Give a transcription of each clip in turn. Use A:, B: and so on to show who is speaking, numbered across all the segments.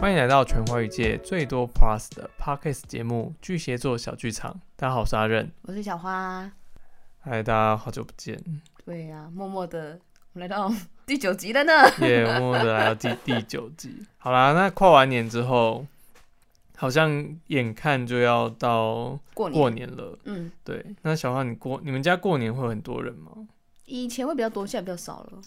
A: 欢迎来到全华语界最多 Plus 的 Podcast 节目《巨蟹座小剧场》。大家好，我是阿任。
B: 我是小花。
A: 嗨，大家好久不 见，
B: 对呀、默默的，我们来 到第九集了呢。
A: 也默默的来到第第九集。好啦，那跨完年之后，好像眼看就要到
B: 过年，
A: 过年了。
B: 嗯，
A: 对，那小花，你过你们家过年会有很多人吗？
B: 以前会比较多，现在比较少了。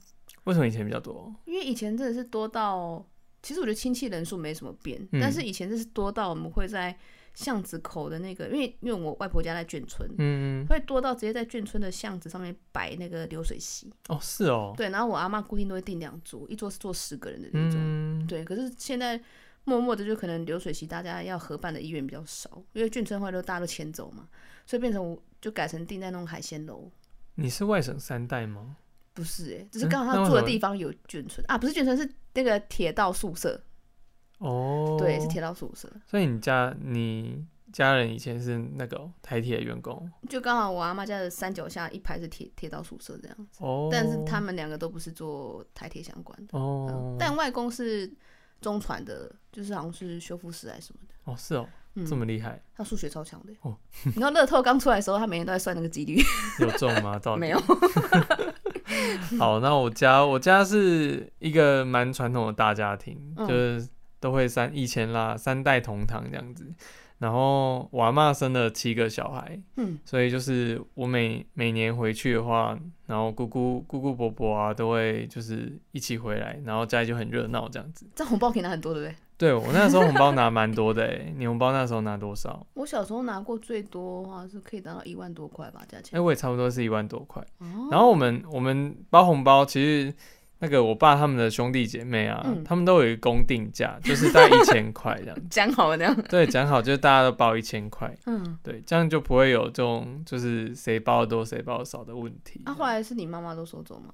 A: 为什么以前比较多？
B: 因为以前真的是多到，其实我觉得亲戚人数没什么变，
A: 嗯
B: 但是以前真是多到我们会在巷子口的那个，因为因为我外婆家在眷村，
A: 嗯，
B: 会多到直接在眷村的巷子上面摆那个流水席。
A: 哦，是哦，
B: 对，然后我阿妈固定都会订两桌，一桌是坐十个人的那种。
A: 嗯，
B: 对，可是现在默默的就可能流水席大家要合办的意愿比较少，因为眷村会都大家都迁走嘛，所以变成我就改成定在那种海鲜楼。
A: 你是外省三代吗？
B: 不是哎、只是
A: 嗯
B: 刚好
A: 那
B: 他
A: 为
B: 住的
A: 什么
B: 地方有眷村、啊，不是眷村是那个铁道宿舍，
A: 哦，
B: 对，是铁道宿舍。
A: 所以你家你家人以前是那个哦台铁员工
B: 就刚好我阿妈家的山脚下一排是铁铁道宿舍这样，
A: 哦，
B: 但是他们两个都不是做台铁相关的，嗯
A: 哦，
B: 但外公是中传的，就是好像是修复师还是什么的，
A: 哦是哦，
B: 嗯，
A: 这么厉害，
B: 他数学超强的。
A: 哦
B: 你知道乐透刚出来的时候，他每天都在算那个几率。
A: 有中吗？到底
B: 没有。
A: 好，那我家我家是一个蛮传统的大家庭，
B: 嗯
A: 就是都会三以前啦三代同堂这样子。然后我阿妈生了七个小孩，
B: 嗯
A: 所以就是我每每年回去的话，然后姑姑姑姑伯伯啊都会就是一起回来，然后家里就很热闹这样子。
B: 这样红包可以拿很多，对不对？
A: 对我那时候红包拿蛮多的诶，你红包那时候拿多少？
B: 我小时候拿过最多的话是可以拿到一万多块吧，价
A: 哎、
B: 钱。
A: 我也差不多是一万多块。
B: 哦
A: 然后我们我们包红包，其实那个我爸他们的兄弟姐妹啊，
B: 嗯
A: 他们都有一个公定 价，就是大概一千块这样。
B: 讲好了这样，
A: 对，讲好就是大家都包一千块，
B: 嗯。
A: 对，这样就不会有这种就是谁包的多谁包的少的问题。
B: 啊，后来是你妈妈都收走吗？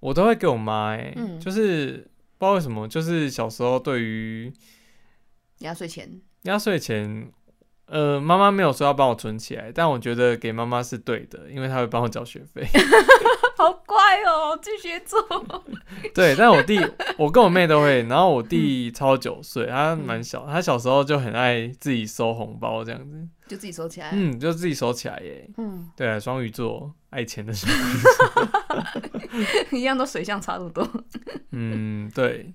A: 我都会给我妈、哎、
B: 嗯
A: 就是不知道为什么，就是小时候对于
B: 压岁钱，
A: 压岁钱。呃，妈妈没有说要帮我存起来，但我觉得给妈妈是对的，因为她会帮我缴学费。
B: 好怪哦，巨蟹座。
A: 对，但我弟，我跟我妹都会。然后我弟
B: 嗯
A: 超九岁，他蛮小，他小时候就很爱自己收红包这样子，
B: 就自己收起来。
A: 嗯，就自己收起来耶。
B: 嗯，
A: 对啊，双鱼座爱钱的小 孩，
B: 一样都水象差不多。
A: 嗯，对，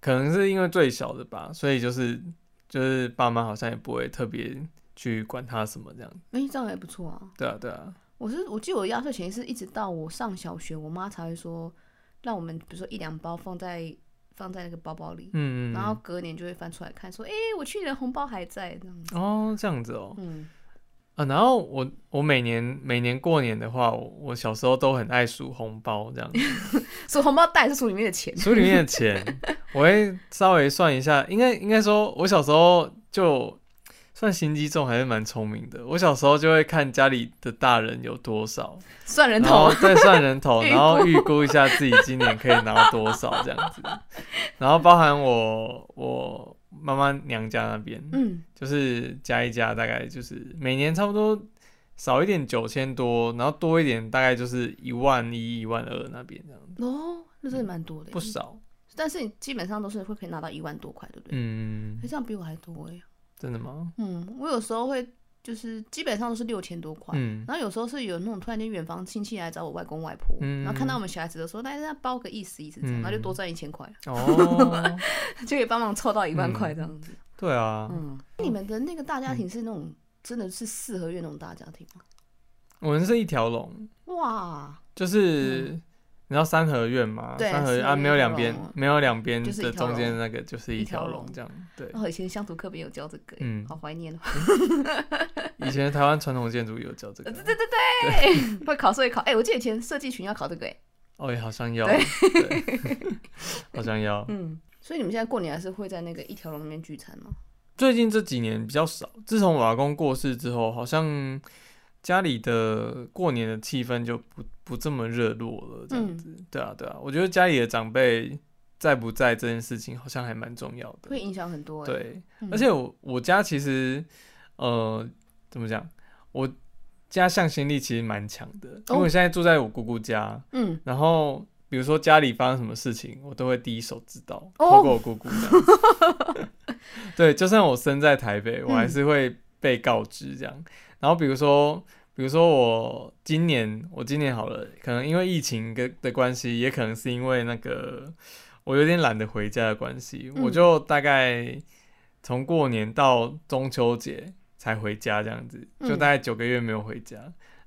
A: 可能是因为最小的吧，所以就是就是爸妈好像也不会特别去管他什么这样。
B: 哎、这样还不错啊。
A: 对啊，对啊，
B: 我是我记得我压岁钱是一直到我上小学，我妈才会说让我们比如说一两包放在放在那个包包里，
A: 嗯，
B: 然后隔年就会翻出来看，说哎、我去年的红包还在这样子。
A: 哦，这样子哦，
B: 嗯，
A: 啊，然后我我每年每年过年的话，我我小时候都很爱数红包这样子。
B: 数红包袋是数里面的钱。
A: 书里面的钱，我会稍微算一下，应 该应该说，我小时候就算心机重还是蛮聪明的。我小时候就会看家里的大人有多少，
B: 算人
A: 然
B: 头
A: 后再算人头，
B: 预
A: 然后预估一下自己今年可以拿到多少这 样子。然后包含我我妈妈娘家那边，
B: 嗯，
A: 就是加一加，大概就是每年差不多。少一点九千多，然后多一点大概就是一万一、一万二那边这样，
B: 哦，那真的蛮多的耶，嗯
A: 不少。
B: 但是你基本上都是会可以拿到一万多块，对不对？
A: 嗯
B: 哎、，这样比我还多哎。
A: 真的吗？
B: 嗯，我有时候会就是基本上都是六千多块。
A: 嗯，
B: 然后有时候是有那种突然间远房亲戚来找我外公外婆，
A: 嗯
B: 然后看到我们小孩子的时候，大家包个意思意思这样，
A: 嗯
B: 然后就多赚一千块，
A: 哦，
B: 就可以帮忙凑到一
A: 嗯
B: 万块这样子。
A: 对啊，
B: 嗯，那你们的那个大家庭
A: 嗯
B: 是那种、真的是四合院那种大家庭吗？
A: 我们是一条龙，
B: 哇，
A: 就是、你知道三合院吗？
B: 嗯对
A: 三合院啊，
B: 三合院
A: 没有两边
B: 一条龙，
A: 没有两边
B: 就是一
A: 的
B: 条龙
A: 中间那个就是一条
B: 一条
A: 龙
B: 龙
A: 这样。对，
B: 哦，以前乡土课本有教这个耶，
A: 嗯
B: 好怀念哦。
A: 以前台湾传统建筑有叫这
B: 呃
A: 个
B: 对，对对对， 会考所以考。哎、我记得以前设计群要考这个哎、
A: 哦，也好像要，对， 好像要。
B: 嗯，所以你们现在过年还是会在那个一条龙那边聚餐吗？
A: 最近这几年比较少，自从我阿公过世之后，好像家里的过年的气氛就不不这么热络了，这样
B: 嗯
A: 子。对啊，对啊，我觉得家里的长辈在不在这件事情，好像还蛮重要的。
B: 会影响很多、哎，
A: 对，
B: 嗯
A: 而且我我家其实，呃，怎么讲？我
B: 哦
A: 家向心力其实蛮强的，因为我现在住在我姑姑家，
B: 嗯，
A: 然后比如说家里发生什么事情，我都会第一手知道，
B: 哦
A: 透过我姑姑这样子。 对，就算我身在台北，
B: 嗯
A: 我还是会被告知这样。然后比如说，比如说我今年，我今年好了，可能因为疫情跟的关系，也可能是因为那个我有点懒得回家的关系，
B: 嗯
A: 我就大概从过年到中秋节才回家这样子，就
B: 嗯
A: 大概九个月没有回家。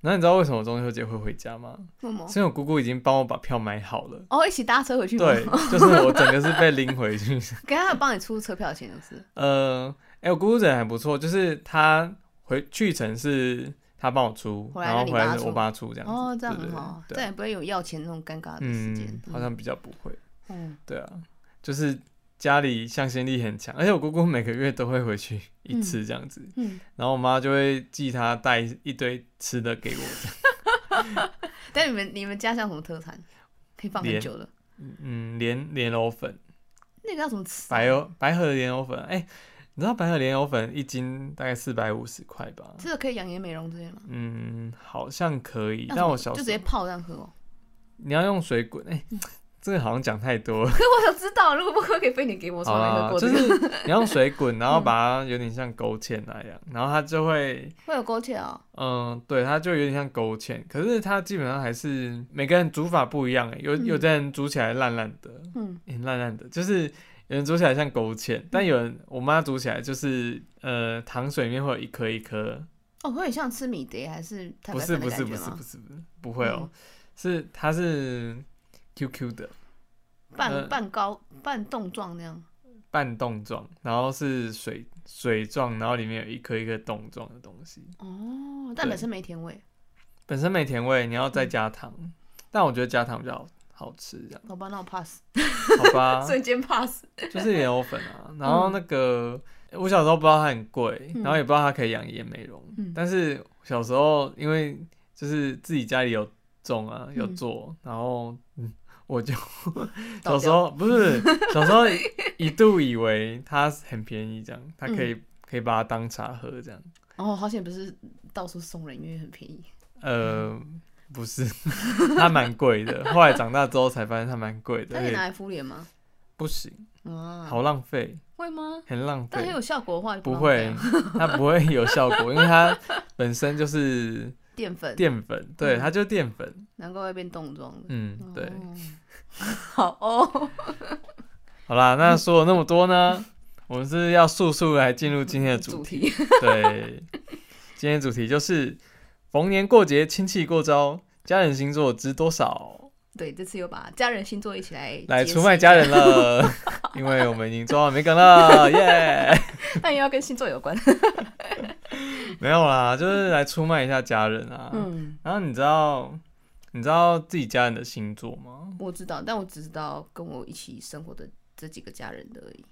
A: 然后你知道为什么中秋节会回家吗？
B: 默默
A: 是因为我姑姑已经帮我把票买好了。
B: 哦，一起搭车回去吗？
A: 对，就是我整个是被拎回去。
B: 给他有帮你出车票钱，就是
A: 呃，哎、我姑姑人还不错，就是她回去程是她帮我出，
B: 回来
A: 然后
B: 你
A: 回
B: 帮
A: 来
B: 她
A: 是
B: 出
A: 我爸出这样子。
B: 哦，这样
A: 对
B: 很
A: 对
B: 好，这
A: 对
B: 样也不会有要钱那种尴尬的时间
A: 嗯，，好像比较不会，
B: 嗯，
A: 对啊，就是家里向心力很强，而且我姑姑每个月都会回去一次这样子，
B: 嗯，
A: 然后我妈就会寄她带一堆吃的给我这样，
B: 但你们你们家乡有什么特产？可以放很
A: 莲
B: 久的，
A: 嗯，莲莲藕粉，
B: 那个叫什么吃？啊
A: 白哦藕白河莲藕粉，哎、你知道白河莲藕粉一斤大概四百五十块吧？
B: 这个可以养颜美容之类的吗？
A: 嗯，好像可以，
B: 要
A: 但
B: 什
A: 我
B: 么
A: 小
B: 就
A: 时
B: 直接嗯
A: 候
B: 泡这样喝哦。
A: 你要用水滚，哎、这个好像讲太多了。
B: 可我想知道，如果不喝可以分你给我，我从
A: 好
B: 来没喝
A: 啦，
B: 过
A: 就
B: 这个。嗯
A: 是你要用水滚，然后把它有点像勾芡那样，然后它就会，
B: 会有勾芡哦，
A: 嗯，对，它就有点像勾芡。可是它基本上还是每个人煮法不一样、欸，有
B: 嗯
A: 有的人煮起来烂烂的，
B: 嗯，
A: 欸烂烂的，就是有人煮起来像勾芡，但有人我妈煮起来就是，呃，糖水里面会有一颗一颗，
B: 哦，会很像吃米蝶还是太
A: 不
B: 白
A: 是
B: 粉
A: 不
B: 的
A: 是
B: 感
A: 不
B: 觉
A: 是
B: 吗嗯
A: 不？是不是不会哦、是它是 QQ 的。呃
B: 半半高半冻状那样，
A: 半冻状，然后是水水状，然后里面有一颗一颗冻状的东西，
B: 哦，但
A: 对
B: 本身没甜味，
A: 本身没甜味，你要
B: 嗯
A: 再加糖，但我觉得加糖比较好好吃，这样
B: 好吧，那我 pass，
A: 好吧？
B: 瞬间 pass。
A: 就是莲藕粉啊，然后那个、我小时候不知道它很贵，
B: 嗯
A: 然后也不知道它可以养颜美容，
B: 嗯
A: 但是小时候因为就是自己家里有种啊，有
B: 嗯
A: 做，然后嗯。我就 小
B: 倒掉
A: 时候不是小时候一一度以为它很便宜，这样它可
B: 嗯
A: 以、可以把它当茶喝这样。
B: 哦，好险不是到处送人，因为很便宜。
A: 呃，
B: 嗯
A: 不是， 它蛮贵的。后来长大之后才发现它蛮贵的，
B: 那
A: 而
B: 你拿
A: 且
B: 来敷脸吗？
A: 不行，
B: 啊，
A: 好浪费，
B: 会吗？
A: 很浪
B: 但很
A: 费。
B: 有效果的话，
A: 不
B: 浪费
A: 会
B: 啊，
A: 它不会有效果，因为它本身就是
B: 淀 粉，
A: 淀粉，对，它就是淀粉。
B: 难怪会变冻状的。
A: 嗯，对。
B: 哦， 好哦，
A: 好啦，那说了那么多呢，我们是要速速来进入今天的主
B: 主
A: 题。
B: 题
A: 对，今天的主题就是逢年过节亲戚过招，家人星座知多少？
B: 对，这次又把家人星座一起来
A: 来
B: 解
A: 出
B: 释
A: 卖
B: 一
A: 家
B: 下，
A: 人了，因为我们已经做到没梗了，耶！
B: 但也要跟星座有关。
A: 没有啦，就是来出卖一下家人啊。
B: 嗯，
A: 然后你知道你知道自己家人的星座吗？
B: 我知道，但我只知道跟我一起生活的这几个家人的而已。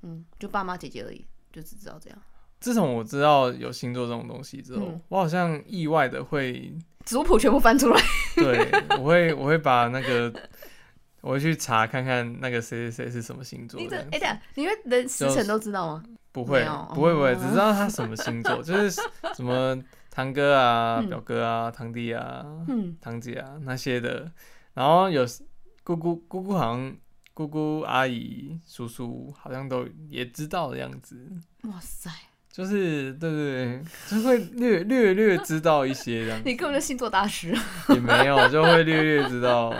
B: 嗯，就爸妈姐姐而已，就只知道这样。
A: 自从我知道有星座这种东西之后，
B: 嗯
A: 我好像意外的会，
B: 族谱全部翻出来，
A: 对我会我会把那个我会去查看看那个谁谁谁是什么星座
B: 你这
A: 的
B: 哎，，等下，你们连时辰都知道吗？
A: 不会
B: 没有
A: 不会不会，
B: 哦
A: 只知道他什么星座，就是 什么堂哥啊、
B: 嗯
A: 表哥啊、堂弟啊，
B: 嗯，
A: 堂姐啊那些的，然后有时姑姑姑姑好像姑姑阿姨叔叔好像都也知道的样子，
B: 嗯哇塞，
A: 就是对对对，就会略略略知道一些这样
B: 你
A: 子，
B: 根本就星座大师，啊
A: 也没有就会略略知道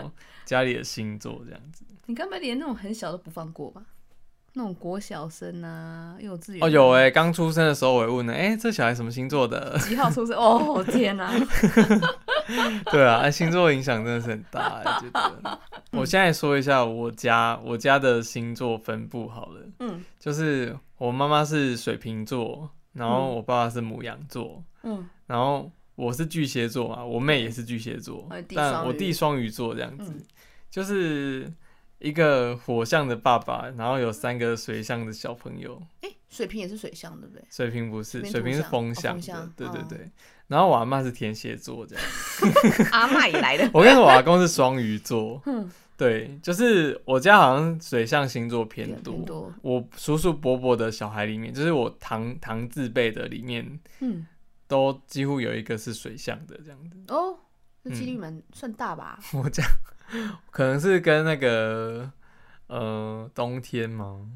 A: 家里的星座这样子。
B: 你根本连那种很小都不放过吧？那种国小生啊，幼稚园
A: 哦，有欸哎、刚出生的时候我也问了，哎、这小孩什么星座的？
B: 几号出生？ 哦天哪、
A: 对啊，哎星座影响真的是很大、哎觉得。我现在说一下我家我家的星座分布好了。
B: 嗯
A: 就是我妈妈是水瓶座，然后
B: 嗯
A: 我爸爸是母羊座，
B: 嗯，
A: 然后我是巨蟹座嘛，我妹也是巨蟹座
B: 我的，弟
A: 但
B: 哦双
A: 我
B: 鱼
A: 弟双鱼座这样子，
B: 嗯
A: 就是一个火象的爸爸，然后有三个水象的小朋友。
B: 哎、水瓶也是水象，对不对？
A: 水瓶不是，
B: 水
A: 水
B: 瓶
A: 瓶是
B: 土象
A: 风
B: 哦
A: 象
B: 风
A: 的，
B: 象
A: 对对
B: 哦
A: 对。然后我阿妈是天蝎座这样，
B: 阿嬷也来的，
A: 我跟我阿公是双鱼座，
B: 嗯，
A: 对，就是我家好像水象星座偏多
B: 偏。多，
A: 我叔叔伯伯的小孩里面，就是我堂堂字辈的里面，
B: 嗯，
A: 都几乎有一个是水象的这样子。
B: 哦，这几率
A: 嗯
B: 蛮算大吧？
A: 我这样可能是跟那个呃冬天嘛，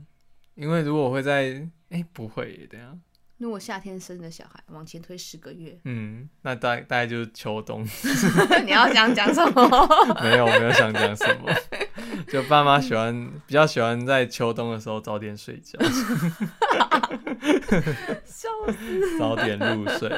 A: 因为如果会在哎、不会耶，等一下，
B: 如果夏天生的小孩往前推十个月
A: 嗯，那大大概就是秋冬，
B: 你要想讲什 么？
A: 没有没有想讲什么， 就爸妈喜欢比较喜欢在秋冬的时候早点睡觉，
B: 笑死！
A: 早点入睡。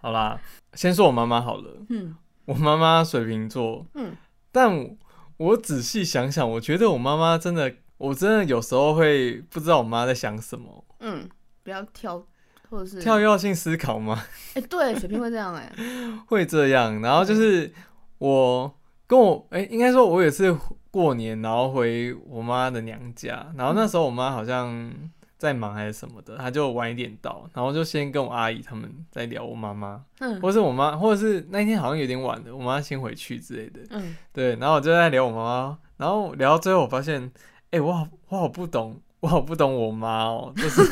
A: 好啦，先说我妈妈好了，
B: 嗯，
A: 我妈妈水瓶座，
B: 嗯，
A: 但我我仔细想想，我觉得我妈妈真的，我真的有时候会不知道我妈在想什么，
B: 嗯，不要跳，或者是
A: 跳跃性思考吗？
B: 哎、对，水瓶会这样哎、
A: 会这样，然后就是我跟我哎、应该说我有一次过年，然后回我妈的娘家，然后那时候我妈好像在忙还是什么的，她就晚一点到，然后就先跟我阿姨他们在聊我妈妈，
B: 嗯
A: 或是我妈，或者是那一天好像有点晚了，我妈先回去之类的，
B: 嗯，
A: 对，然后我就在聊我妈妈，然后聊到最后，我发现，哎、我好我好不懂，我好不懂我妈哦，就是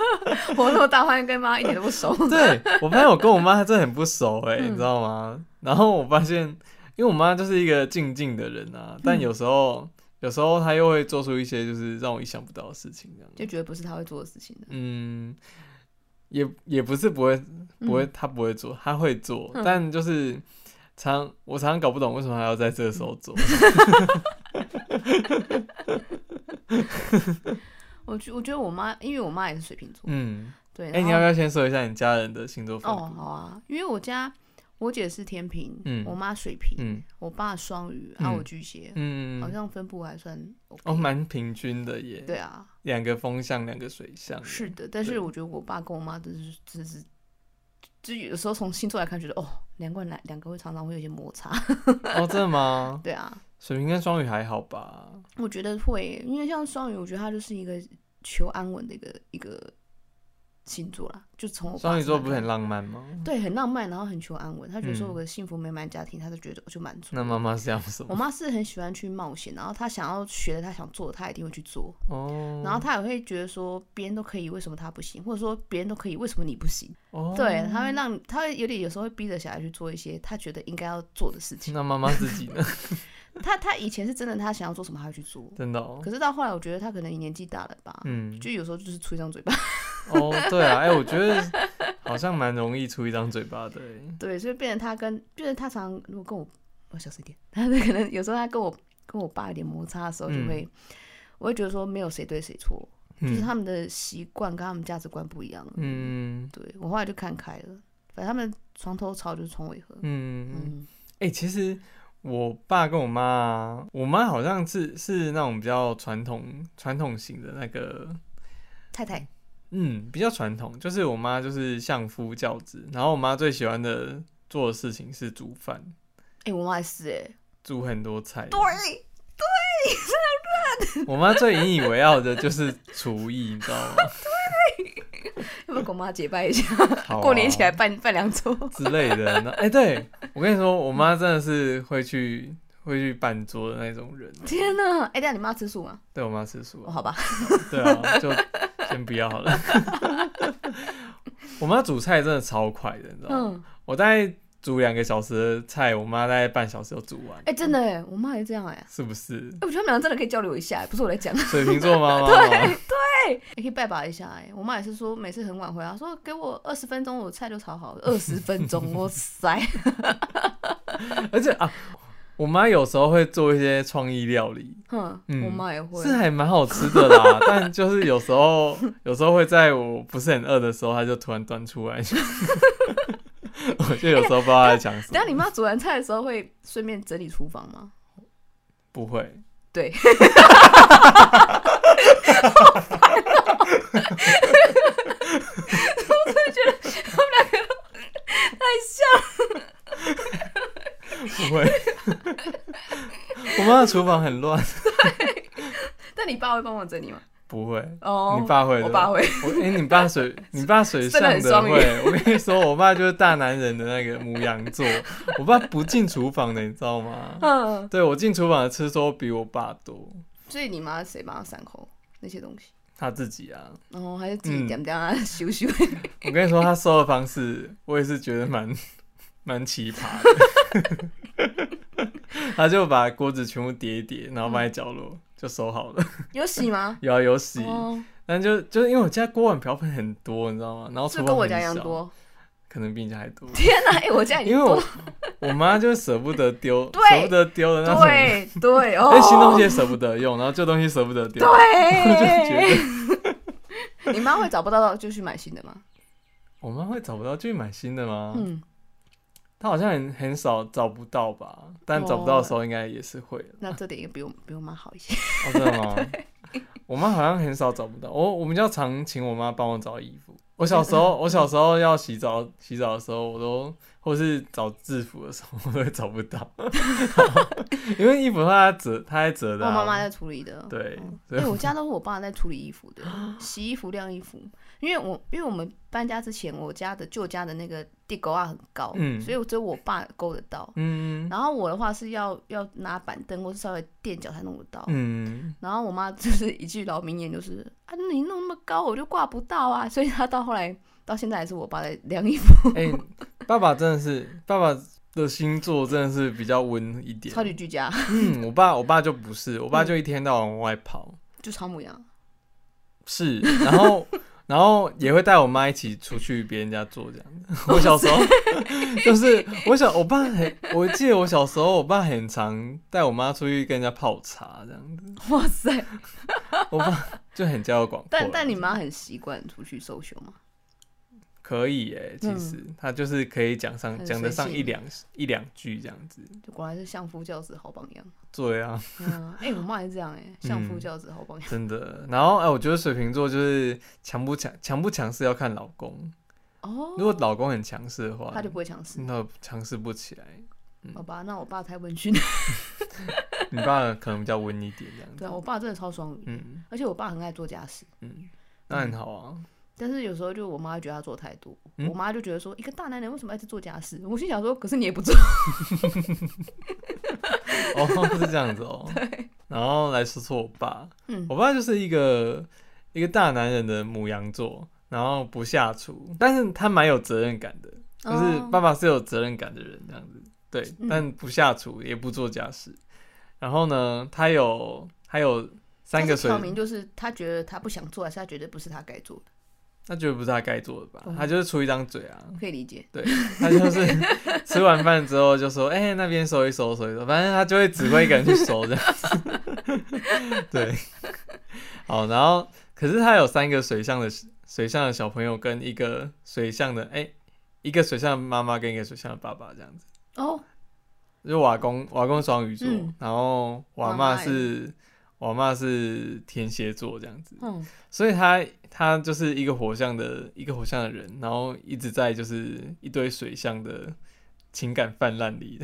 B: 我那么大发现跟妈一点都不熟。
A: 对我发现我跟我妈真的很不熟哎、
B: 嗯
A: 你知道吗？然后我发现，因为我妈就是一个静静的人啊，但
B: 嗯
A: 有时候有时候她又会做出一些就是让我意想不到的事情，这样，
B: 就觉得不是他会做的事情的，
A: 嗯，也也不是不会不会，她不会做，她会做，
B: 嗯
A: 但就是常我常常搞不懂为什么她要在这个时候做，
B: 我觉我觉得我妈，因为我妈也是水瓶座，
A: 嗯。
B: 对，
A: 哎、
B: 然
A: 你
B: 后
A: 要不要先说一下你家人的星座分布？
B: 哦，好啊，因为我家我姐是天平，
A: 嗯
B: 我妈水瓶，
A: 嗯
B: 我爸双鱼，还有我
A: 嗯
B: 巨蟹，
A: 嗯，
B: 好像分布还算 OK
A: 哦，蛮平均的耶。
B: 对，啊，
A: 两个风向，两个水象。
B: 是，的，但是
A: 对
B: 我觉得我爸跟我妈真是真是，就有时候从星座来看，觉得哦，两个人来两个会常常会有一些摩擦，
A: 哦，真的吗？
B: 对啊，
A: 水瓶跟双鱼还好吧？
B: 我觉得会，因为像双鱼，我觉得他就是一个求安稳的一个一个星座啦，就从我爸
A: 双鱼座
B: 身上
A: 不是
B: 看
A: 很浪漫吗？
B: 对，很浪漫，然后很求安稳。他觉得说
A: 嗯
B: 我的幸福美满家庭，他就觉得我就满足。
A: 那妈妈是要什
B: 我
A: 么？
B: 妈是很喜欢去冒险，然后她想要学的，她想做的，她一定会去做。
A: 哦，
B: 然后她也会觉得说别人都可以，为什么她不行？或者说别人都可以，为什么你不行？
A: 哦，
B: 对，她会让她会有点有时候会逼着小孩去做一些她觉得应该要做的事情。
A: 那妈妈自己 呢？
B: 她她以前是真的，她想要做什么她会去做，
A: 真的哦，
B: 可是到后来，我觉得她可能年纪大了吧，
A: 嗯，
B: 就有时候就是出一张嘴 巴。
A: 哦，对啊，哎、我觉得好像蛮容易出一张嘴巴的耶。欸
B: 对，所以变成他跟，变成他常常如果跟我，我小声 一点，他可能有时候他跟我跟我爸有点摩擦的时候，就
A: 嗯
B: 会、我会觉得说没有谁对谁错，就是
A: 嗯
B: 他们的习惯跟他们价值观不一样。，
A: 嗯
B: 对我后来就看开了，反正他们床头吵就是床尾和。
A: 嗯，
B: 嗯
A: 哎、其实我爸跟我妈啊，我妈好像是是那种比较传统传统型的那个
B: 太太，
A: 嗯，比较传统，就是我妈就是相夫教子，然后我妈最喜欢的做的事情是煮饭，
B: 哎、我妈也是哎、
A: 煮很多菜。
B: 对，
A: 我妈最引以为傲的就是厨艺，你知道 吗？
B: 要不要跟我妈结拜一下，
A: 好啊
B: 过年一起来办办两桌？
A: 之类的。那哎、对我跟你说，我妈真的是会去会去办桌的那种人。
B: 天哪！哎、欸，等一下你妈吃素吗？
A: 对我妈吃素
B: 哦，
A: 啊，
B: 好吧，
A: 对啊，就先不要好了。 我妈煮菜真的超快的，你知道吗？
B: 嗯，
A: 我大概煮两个小时的菜，我妈大概半小时就煮完
B: 哎、，真的哎、我妈也这样哎、欸，
A: 是不是？
B: 我觉得我们俩真的可以交流一下、不是我来讲。
A: 水瓶座妈 妈吗？
B: 也可以拜把一下哎、我妈也是说，每次很晚回来，说给我二十分钟，我菜就炒好了。二十分 钟，哇塞！
A: 而且啊，我妈有时候会做一些创意料理，
B: 哼，
A: 嗯
B: 我妈也会
A: 是。还蛮好吃的啦。 但就是有时候，有时候会在我不是很饿的时候，她就突然端出来， 我就有时候不知道她在讲什
B: 等
A: 么
B: 下。你妈煮完菜的时候会顺便整理厨房吗？
A: 不会，
B: 对，
A: 不会。我妈的厨房很乱，
B: 但你爸会帮我整理吗？
A: 不会。
B: 哦，
A: 你爸会的，
B: 我爸会。
A: 我。哎、你爸水，你爸水上
B: 真的很双
A: 会。我跟你说，我爸就是大男人的那个母羊座。我爸不进厨房的，你知道吗？
B: 嗯，
A: 对我进厨房的次数比我爸多，
B: 所以你妈谁帮她散口那些东西？
A: 他自己啊。
B: 然后还是自己
A: 嗯
B: 点点啊 修 修。
A: 我跟你说，他收的方式，我也是觉得蛮蛮奇葩的。 他就把锅子全部叠一叠，然后放在角落就收好了。
B: 有洗吗？
A: 有啊有洗，
B: 哦，
A: 但就就是因为我家锅碗瓢盆很多，你知道吗？然后厨
B: 是跟
A: 房
B: 我家
A: 很
B: 一样
A: 小，
B: 多。。
A: 可能比你家还多
B: 天哪、哎，我家已经
A: 因为
B: 多
A: 我我妈就舍不得丢，
B: 对
A: 舍不得丢的那种，
B: 对对哦
A: 因为，新东西也舍不得用，然后旧东西舍不得丢，
B: 对，
A: 觉
B: 你妈会找不到就去买新的吗？
A: 我妈会找不到就去买新的吗？
B: 嗯，
A: 她好像很很少找不到吧，但找不到
B: 哦
A: 的时候应该也是会的。
B: 那这点也比我比我妈好一些。
A: 哦，真的吗？我妈好像很少找不到，我我们家常请我妈帮我找衣服。我小时 候，我小时候要洗澡，洗澡的时候，我都或是找制服的时候，我都会找不到， 因为衣服她在折，她在折
B: 我
A: 的、啊。
B: 哦妈妈在处理的。
A: 对
B: 嗯，
A: 所以
B: 对，我家都是我爸在处理衣服的，洗衣服、晾衣服。因为我因为我们搬家之前，我家的旧家的那个地沟啊很高，
A: 嗯
B: 所以只有我爸勾得到。
A: 嗯
B: 然后我的话是要要拿板凳或是稍微垫脚才弄得到。
A: 嗯，
B: 然后我妈就是一句老名言，就是啊，你弄那么高，我就挂不到啊。所以她到后来到现在还是我爸在晾衣服，
A: 哎、爸爸真的是，爸爸的星座真的是比较温一点
B: 超。级嗯 居家，
A: 嗯， 我爸，我爸就不是，我爸就一天到晚往外跑。
B: 就超模样。
A: 是，然后然后也会带我妈一起出去别人家做这样子。 我小 时候就是我小我爸很，我记得我小时候我爸很常带我妈出去跟人家泡茶这样子，
B: 哇塞！
A: 我爸就很交友广阔。
B: 但但你妈很习惯出去搜寻嘛？
A: 可以哎、其实、他就是可以讲上
B: 嗯很
A: 讲得
B: 随
A: 上一
B: 性
A: 两一两句这样子。
B: 就果然是相夫教子好榜样。
A: 对啊，
B: 嗯，哎、我妈也是这样哎、相夫
A: 嗯
B: 教子好榜样。
A: 真的。然后哎、我觉得水瓶座就是强不强强不强势要看老公，
B: 哦，
A: 如果老公很强势的话，
B: 她就不会强势。
A: 那强势不起来。
B: 好吧，那我爸太温驯。
A: 你爸可能比较温一点这样子。
B: 对啊，我爸真的超双鱼，
A: 嗯
B: 而且我爸很爱做家事，
A: 嗯，那很好啊。
B: 但是有时候就我妈觉得他做太多，
A: 嗯
B: 我妈就觉得说一个大男人为什么要一直做家事？我心想说，可是你 也不做，嗯
A: 哦，是这样子 哦。然后来说说我爸，
B: 嗯
A: 我爸就是一个一个大男人的母羊座，然后不下厨，但是他蛮有责任感的，就是
B: 哦
A: 爸爸是有责任感的人这样子。对，
B: 嗯
A: 但不下厨也不做家事。然后呢，他有他有三个
B: 但是
A: 水
B: 挑明就是他觉得他不想做，还是他觉得不是他该做的，
A: 那绝对不是他该做的吧？
B: 嗯
A: 他就是出一张嘴啊，
B: 可以理解。
A: 他就是吃完饭之后就说：“哎、那边收一收，收一收。”反正他就会指挥一个人去收这样子。 对，好，然后可是他有三个水象的水象的小朋友跟一个水象的哎、一个水象的妈妈跟一个水象的爸爸这样子。
B: 哦，
A: 就瓦工瓦工双鱼座，
B: 嗯
A: 然后瓦
B: 妈
A: 妈
B: 妈
A: 是瓦妈是天蝎座这样子。
B: 嗯，
A: 所以他他就是一个火象的一个火象的人，然后一直在就是一堆水象的情感泛滥里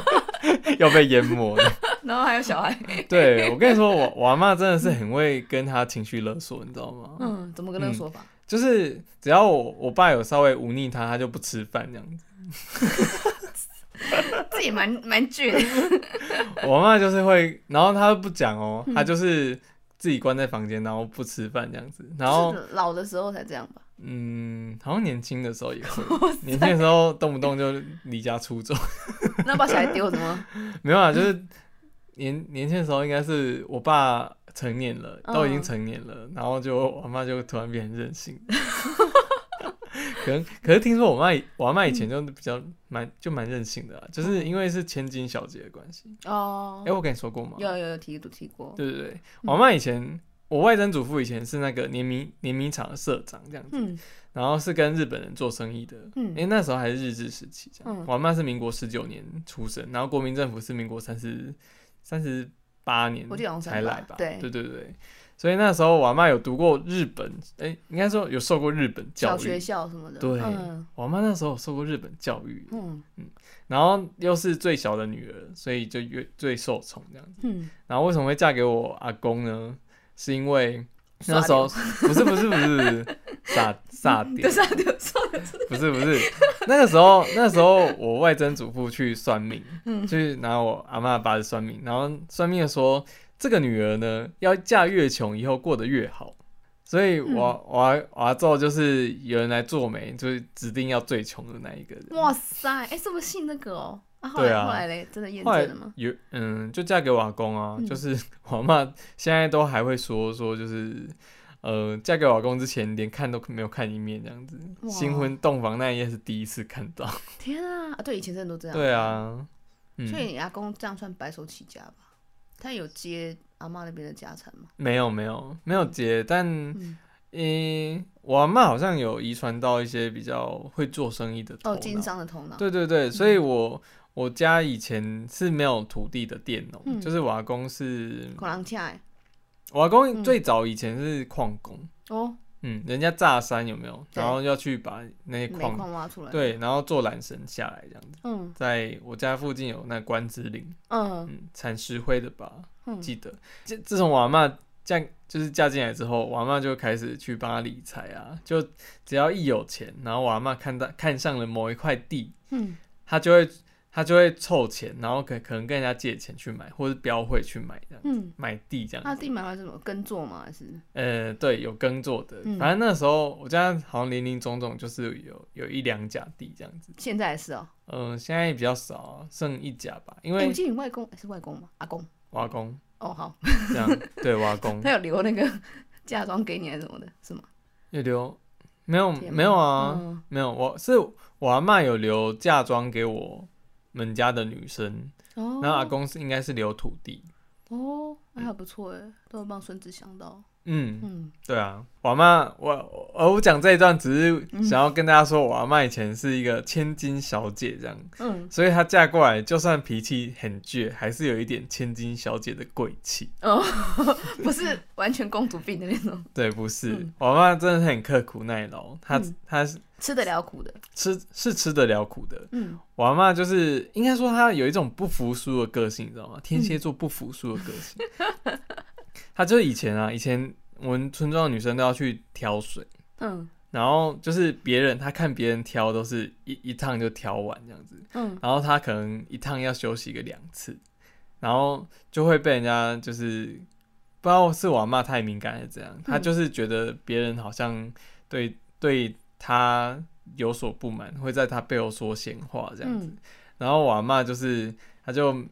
A: 要被淹没了。
B: 然后还有小孩，
A: 对我跟你说，我我阿妈真的是很会跟他情绪勒索，你知道吗？
B: 嗯，怎么个那个说法？
A: 就是只要我我爸有稍微忤逆他，他就不吃饭这样子。嗯
B: 这也蛮蛮倔的。
A: 我阿妈就是会，然后他不讲哦，
B: 嗯
A: 他就是自己关在房间，然后不吃饭这样子，然后
B: 就是 老的时候才这样吧？
A: 嗯，好像年轻的时候也 会，年轻的时候动不动就离家出走，
B: 那把小孩丢了吗？
A: 没有啊，就是年年轻的时候应该是我爸成年了，
B: 嗯
A: 都已经成年了，然后就我妈就突然变很任性。 可能可是听说我妈以我妈以前就比较蛮就蛮任性的、啊，就是因为是千金小姐的关系。
B: 哦
A: 哎、，我跟你说过吗？
B: 有有嗯有提都提过，
A: 对对对，我妈以前我外曾祖父以前是那个碾米碾米厂的社长这样子，
B: 嗯
A: 然后是跟日本人做生意的，
B: 嗯
A: 因为那时候还是日治时期，这样。
B: 嗯
A: 我阿妈是民国十九年出生，然后国民政府是民国三十三十八年
B: 我记得好像
A: 才来吧？
B: 对
A: 对对对所以那时候我阿妈有读过日本，哎、应该说有受过日本教
B: 小
A: 育。
B: 学校什么的，
A: 对
B: 嗯
A: 我阿妈那时候有受过日本教育，
B: 嗯
A: 然后又是最小的女儿，所以就越最受宠这样子。
B: 嗯，
A: 然后为什么会嫁给我阿公呢？是因为那时
B: 耍
A: 候不是不是不是不 是傻傻屌
B: 对，，上 丢上丢，
A: 不是不是，那个时候那时候我外曾祖父去算命，
B: 嗯
A: 去拿我阿妈爸的算命，然后算命的说这个女儿呢要嫁越穷，以后过得越好。所以
B: 嗯
A: 我、我阿我阿昼就是有人来做媒，就是指定要最穷的那一个人。
B: 哇塞，哎，是不是信那个哦？啊，后来、
A: 对啊
B: 后来嘞，真的验
A: 后来
B: 证了吗？
A: 有嗯，就嫁给我阿公啊，
B: 嗯
A: 就是我阿妈现在都还会说说，就是呃，嫁给我阿公之前连看都没有看一面这样子，
B: 哇
A: 新婚洞房那一夜是第一次看到。
B: 天啊，啊对，以前真的都这样。
A: 对，啊，
B: 所
A: 嗯，
B: 以你阿公这样算白手起家吧？他有接阿妈那边的家产吗？
A: 没有没有没有结，但
B: 嗯，
A: 嗯，我阿妈好像有遗传到一些比较会做生意的头
B: 哦，
A: 脑。
B: 经嗯商的头脑。
A: 对对对，所以我。我家以前是没有土地的佃农，
B: 嗯
A: 就是我阿公是
B: 口狼恰哎，
A: 我阿公
B: 嗯
A: 最早以前是矿工，
B: 哦，
A: 嗯，人家炸山有没有？
B: 对
A: 然后要去把那些
B: 煤
A: 矿
B: 矿挖出来。，
A: 对，然后做缆绳下来这样子。
B: 嗯
A: 在我家附近有那关子岭，
B: 嗯
A: 嗯，产石灰的吧，
B: 嗯，
A: 记得。自自从我阿妈嫁就是嫁进来之后，我阿妈就开始去帮她理财啊，就只要一有钱，然后我阿妈看到看上了某一块地，
B: 嗯，
A: 她就会她就会凑钱，然后可可能跟人家借钱去买，或是标会去买这样。
B: 嗯，
A: 买地这样子，
B: 他自己买完是什么耕作吗？还是
A: 呃，对，有耕作的，
B: 嗯
A: 反正那时候我家好像林林总总就是有有一两甲地这样子，
B: 现在也是哦？
A: 嗯、现在也比较少啊，剩一甲吧，因
B: 哎，我
A: 为
B: 记得你外公是外公吗？阿公。
A: 挖工
B: 哦，好，
A: 这样，对挖工
B: 他有留那个 嫁妆给你还是什么的，是吗？
A: 有留没有
B: 天
A: 没有啊，
B: 嗯
A: 没有，我是我阿嬷有留嫁妆给我们家的女生，
B: 哦，
A: 然后阿公是应该是留土地，
B: 哦，那还不错哎，都有帮孙子想到。
A: 嗯，
B: 嗯，
A: 对啊，我阿妈，我我呃我讲这一段只
B: 嗯
A: 是想要跟大家说，我阿妈以前是一个千金小姐这样。
B: 嗯，
A: 所以她嫁过来，就算脾气很倔，还是有一点千金小姐的贵气。
B: 不是完全公主病的那种，
A: 对，不是，
B: 嗯
A: 我妈真的是很刻苦耐劳，她、
B: 嗯
A: 她是
B: 吃得了苦的。
A: 吃是吃得了苦的。
B: 嗯，
A: 我妈就是应该说她有一种不服输的个性，你知道吗？天蝎座不服输的个性。 她就是以前啊，以前我们村庄的女生都要去挑水，
B: 嗯
A: 然后就是别人她看别人挑都是一一趟就挑完这样子。
B: 嗯，
A: 然后他可能一趟要休息个两次，然后就会被人家就是不知道是我阿嬷太敏感还是怎
B: 嗯
A: 样，他就是觉得别人好像对对他有所不满，会在他背后说闲话这样子。
B: 嗯
A: 然后我阿嬷就是他就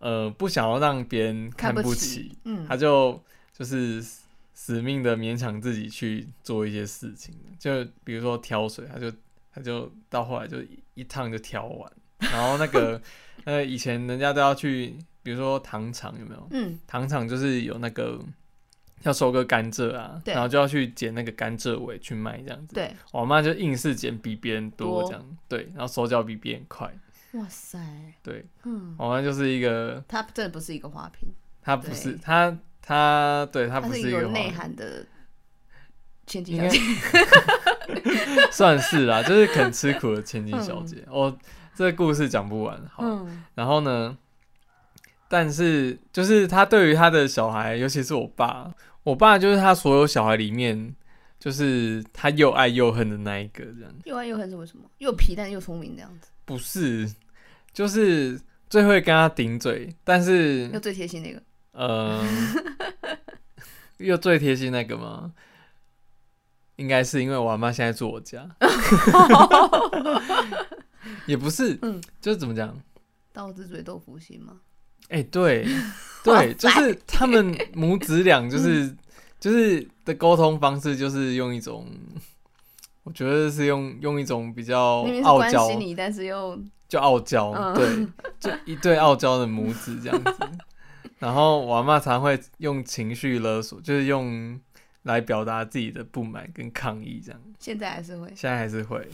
A: 呃不想要让别人看
B: 看
A: 不
B: 起
A: 起，。
B: 嗯
A: 他就就是死死命的勉强自己去做一些事情，就比如说挑水，他就他就到后来就一一趟就挑完，然后那个 呃以前人家都要去，比如说糖厂有没有？
B: 嗯
A: 糖厂就是有那个要收割甘蔗啊，
B: 对
A: 然后就要去捡那个甘蔗尾去卖这样子。
B: 对，
A: 我妈就硬是捡比别人多
B: 多
A: 这样，对，然后手脚比别人快，
B: 哇塞，
A: 对，
B: 嗯，
A: 我妈就是一个
B: 他真的不是一个花瓶，
A: 她不是
B: 对
A: 她她对她
B: 他
A: 不
B: 是
A: 一个
B: 有
A: 花
B: 内
A: 瓶
B: 涵的千金
A: 应
B: 小
A: 该
B: 姐。
A: 算是 啦、就是肯吃苦的千金小姐。哦、这个故事讲不完，好。
B: 嗯
A: 然后呢，但是就是他对于他的小孩，尤其是我爸，我爸就是他所有小孩里面，就是他又爱又恨的那一个，这样
B: 又爱又恨是为什么？又皮但又聪明这样子，
A: 不是，就是最会跟他顶嘴，但是
B: 又最贴心那个。
A: 呃，又最贴心那个吗？应该是因为我阿妈现在住我家， 也不是，
B: 嗯
A: 就是怎么讲？
B: 刀子嘴豆腐心吗？
A: 哎、 对
B: 哇
A: 对，
B: 塞嗯
A: 就是他们母子俩就是就是的沟通方式，就是用一种，我觉得是用用一种比较
B: 明明是
A: 哦傲
B: 关
A: 娇
B: 心，你，但是又
A: 就傲娇，
B: 嗯
A: 对，就一对傲娇的母子这样子。然后我阿妈常会用情绪勒索，就是用来表达自己的不满跟抗议这样。
B: 现在还是会。
A: 现在还是会，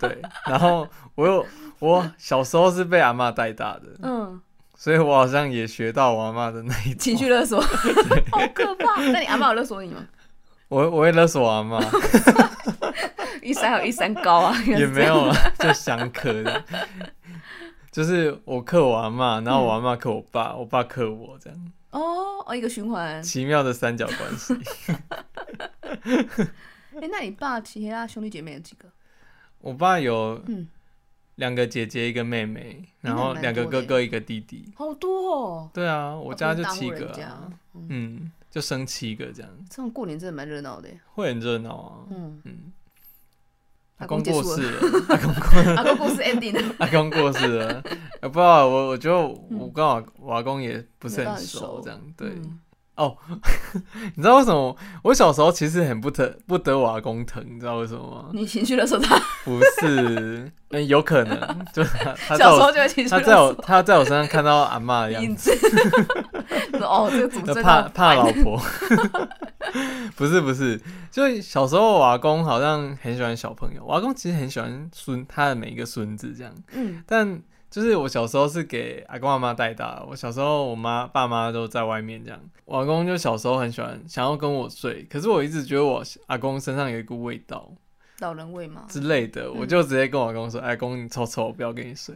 A: 对。然后我有我小时候是被阿妈带大的，
B: 嗯，
A: 所以我好像也学到我阿妈的那一
B: 情
A: 种。
B: 绪勒索，哦 好可怕！那你阿妈有勒索你吗？
A: 我我会勒索我阿妈，
B: 一山有一山高啊， 原来
A: 也
B: 是
A: 没
B: 这样。
A: 有啊， 就相克的。就是我克我阿妈，然后我阿妈克我爸，
B: 嗯
A: 我爸克我，这样
B: 哦哦，一个循环。
A: 奇妙的三角关系。
B: 哎，那你爸其他兄弟姐妹有几个？
A: 我爸有
B: 嗯，
A: 两个姐姐，一个妹妹，
B: 那
A: 然后
B: 蛮
A: 两个
B: 多
A: 哥
B: 的
A: 哥，一个弟弟。
B: 好多哦。
A: 对啊，我家就七
B: 大户人
A: 个、啊
B: 家，嗯，
A: 嗯，就生七个这样，
B: 这样过年真的蛮热闹的耶。
A: 会很热闹啊。
B: 嗯，
A: 嗯，
B: 阿
A: 阿
B: 公
A: 公
B: 结
A: 过
B: 束
A: 世
B: 了，
A: 了，阿公
B: 阿公故事 ending 了，
A: 阿公过世 了，呃不知道我我觉得我
B: 嗯
A: 跟我我阿公也不是
B: 没到
A: 很
B: 很
A: 熟
B: 熟，
A: 这样对。
B: 嗯
A: 你知道为什么我小时候其实很不得不得我阿公疼，你知道为什么吗？
B: 你情绪勒索他，
A: 不是， 嗯，有可能就是他他在
B: 小时候
A: 我
B: 就会情绪
A: 他在
B: 勒
A: 我
B: 索。
A: 他在我身上看到阿嬷的样
B: 影
A: 子，
B: 子，哦，这个组真的
A: 怕怕
B: 烦
A: 老婆。 不是不是，就小时候我阿公好像很喜欢小朋友，我阿公其实很喜欢孙他的每一个孙子这样。
B: 嗯
A: 但就是我小时候是给阿公阿妈带大的，我小时候我妈爸妈都在外面这样，我阿公就小时候很喜欢想要跟我睡，可是我一直觉得我阿公身上有一股味道
B: 老人味嘛，
A: 之类的，我就直接跟我阿公说：“哎阿公你臭臭，我不要跟你睡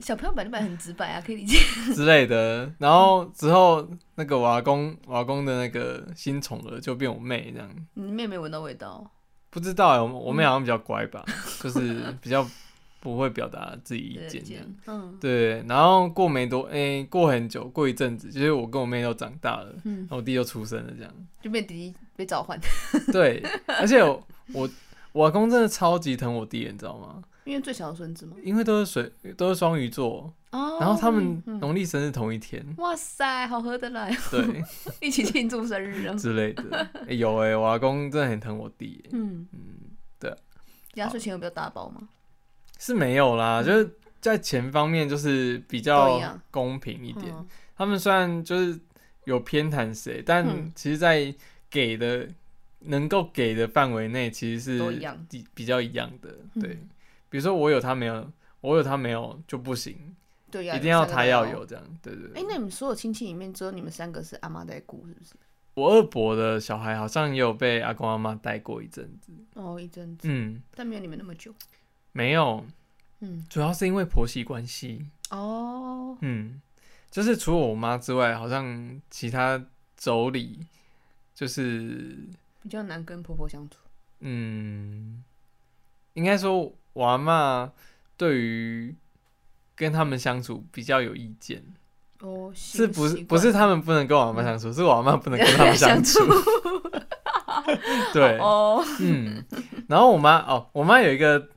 B: 小朋友本来就本来很直白啊，可以理解。
A: 之类的。”然后之后那个我阿公我阿公的那个新宠儿就变我妹这样，
B: 你妹妹闻到味道，
A: 不知道哎、我我妹好像比较乖吧，就是比较不会表达自己意
B: 对
A: 见这样。，
B: 嗯
A: 对，然后过没多，诶、过很久，过一阵子，就是我跟我妹都长大了，
B: 嗯
A: 然，后我弟就出生了，这样。
B: 就被弟弟被召唤，
A: 对，而且我我我阿公真的超级疼我弟，你知道吗？
B: 因为最小的孙子嘛。
A: 因为都是水，都是双鱼座，
B: 哦，
A: 然后他们
B: 嗯
A: 农历生日同一天，
B: 哇塞，好合得来，
A: 对
B: 一起庆祝生日啊。
A: 之类的。诶有诶、我阿公真的很疼我弟耶、
B: 嗯，
A: 嗯，
B: 压岁钱有比较大包吗？
A: 是没有啦，就是在钱方面就是比
B: 嗯都
A: 较
B: 一样
A: 公平一点。
B: 嗯
A: 他们虽然就是有偏袒谁，但
B: 嗯
A: 其实，在给的能够给的范围内，其实
B: 都
A: 是
B: 一样
A: 比比较一样的。
B: 嗯
A: 对，比如说我有他没有，我有他没有就不行，
B: 对呀，
A: 一定要他要
B: 三个
A: 有这样。对对
B: 包。哎
A: 对，，
B: 那你们所有亲戚里面，只有你们三个是阿妈在顾，是不是？
A: 我二伯的小孩好像也有被阿公阿妈带过一阵子。
B: 哦，一阵子，
A: 嗯，
B: 但没有你们那么久。
A: 没有，
B: 嗯，
A: 主要是因为婆媳关系。
B: 哦，
A: 嗯，就是除了我妈之外，好像其他妯娌就是
B: 比较难跟婆婆相处。
A: 嗯，应该说我阿嬷对于跟他们相处比较有意见，
B: 哦，习
A: 是不是
B: 习惯
A: 不是他们不能跟我阿妈相处，是我阿嬷不能跟他们相 处。对，
B: 哦，
A: 嗯，然后我妈哦，我妈有一个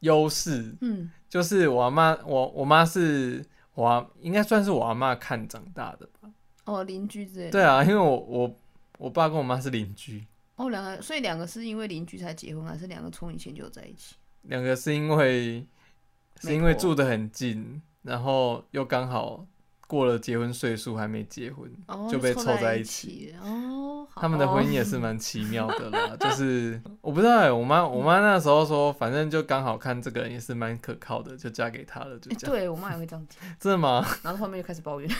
A: 优势，
B: 嗯，
A: 就是我阿妈，我我妈是我阿应该算是我阿嬷看长大的吧。
B: 哦，邻居之类的。
A: 对啊，因为我我我爸跟我妈是邻居，
B: 哦，两个，所以两个是因为邻居才结婚，还是两个从以前就有在一起？
A: 两个是因为是因为住得很近，然后又刚好过了结婚岁数还没结婚，
B: 哦，
A: 就被
B: 凑
A: 凑
B: 在
A: 在
B: 一
A: 一
B: 起了。哦，好
A: 他们的婚姻也是蛮奇妙的
B: 哦
A: 啦。 就是我不知道、欸，我妈我妈那时候说，反正就刚好看这个人也是蛮可靠的，就嫁给他了，就
B: 哎
A: 这样。
B: 对我妈也会这样 讲，
A: 真的吗？
B: 然后后面就开始抱怨。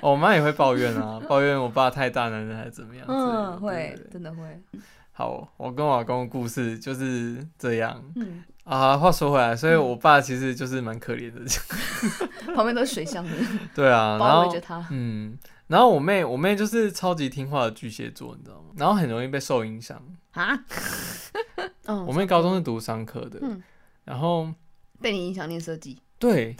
A: 哦我妈也会抱怨 啊，抱怨我爸太大男人还是怎么样之类的。对
B: 嗯，会
A: 对，对
B: 真的会。
A: 好，我跟我老公的故事就是这样
B: 嗯，
A: 啊。话说回来，所以我爸其实就是蛮可怜的，
B: 旁边都是水箱的，
A: 对啊。然
B: 包
A: 后
B: 围着她。
A: 嗯，然后我妹，我妹就是超级听话的巨蟹座，你知道吗？然后很容易被受影响。
B: 啊，嗯，
A: 我妹高中是读商科的，
B: 嗯
A: 然后
B: 被你影响念设 计，
A: 对，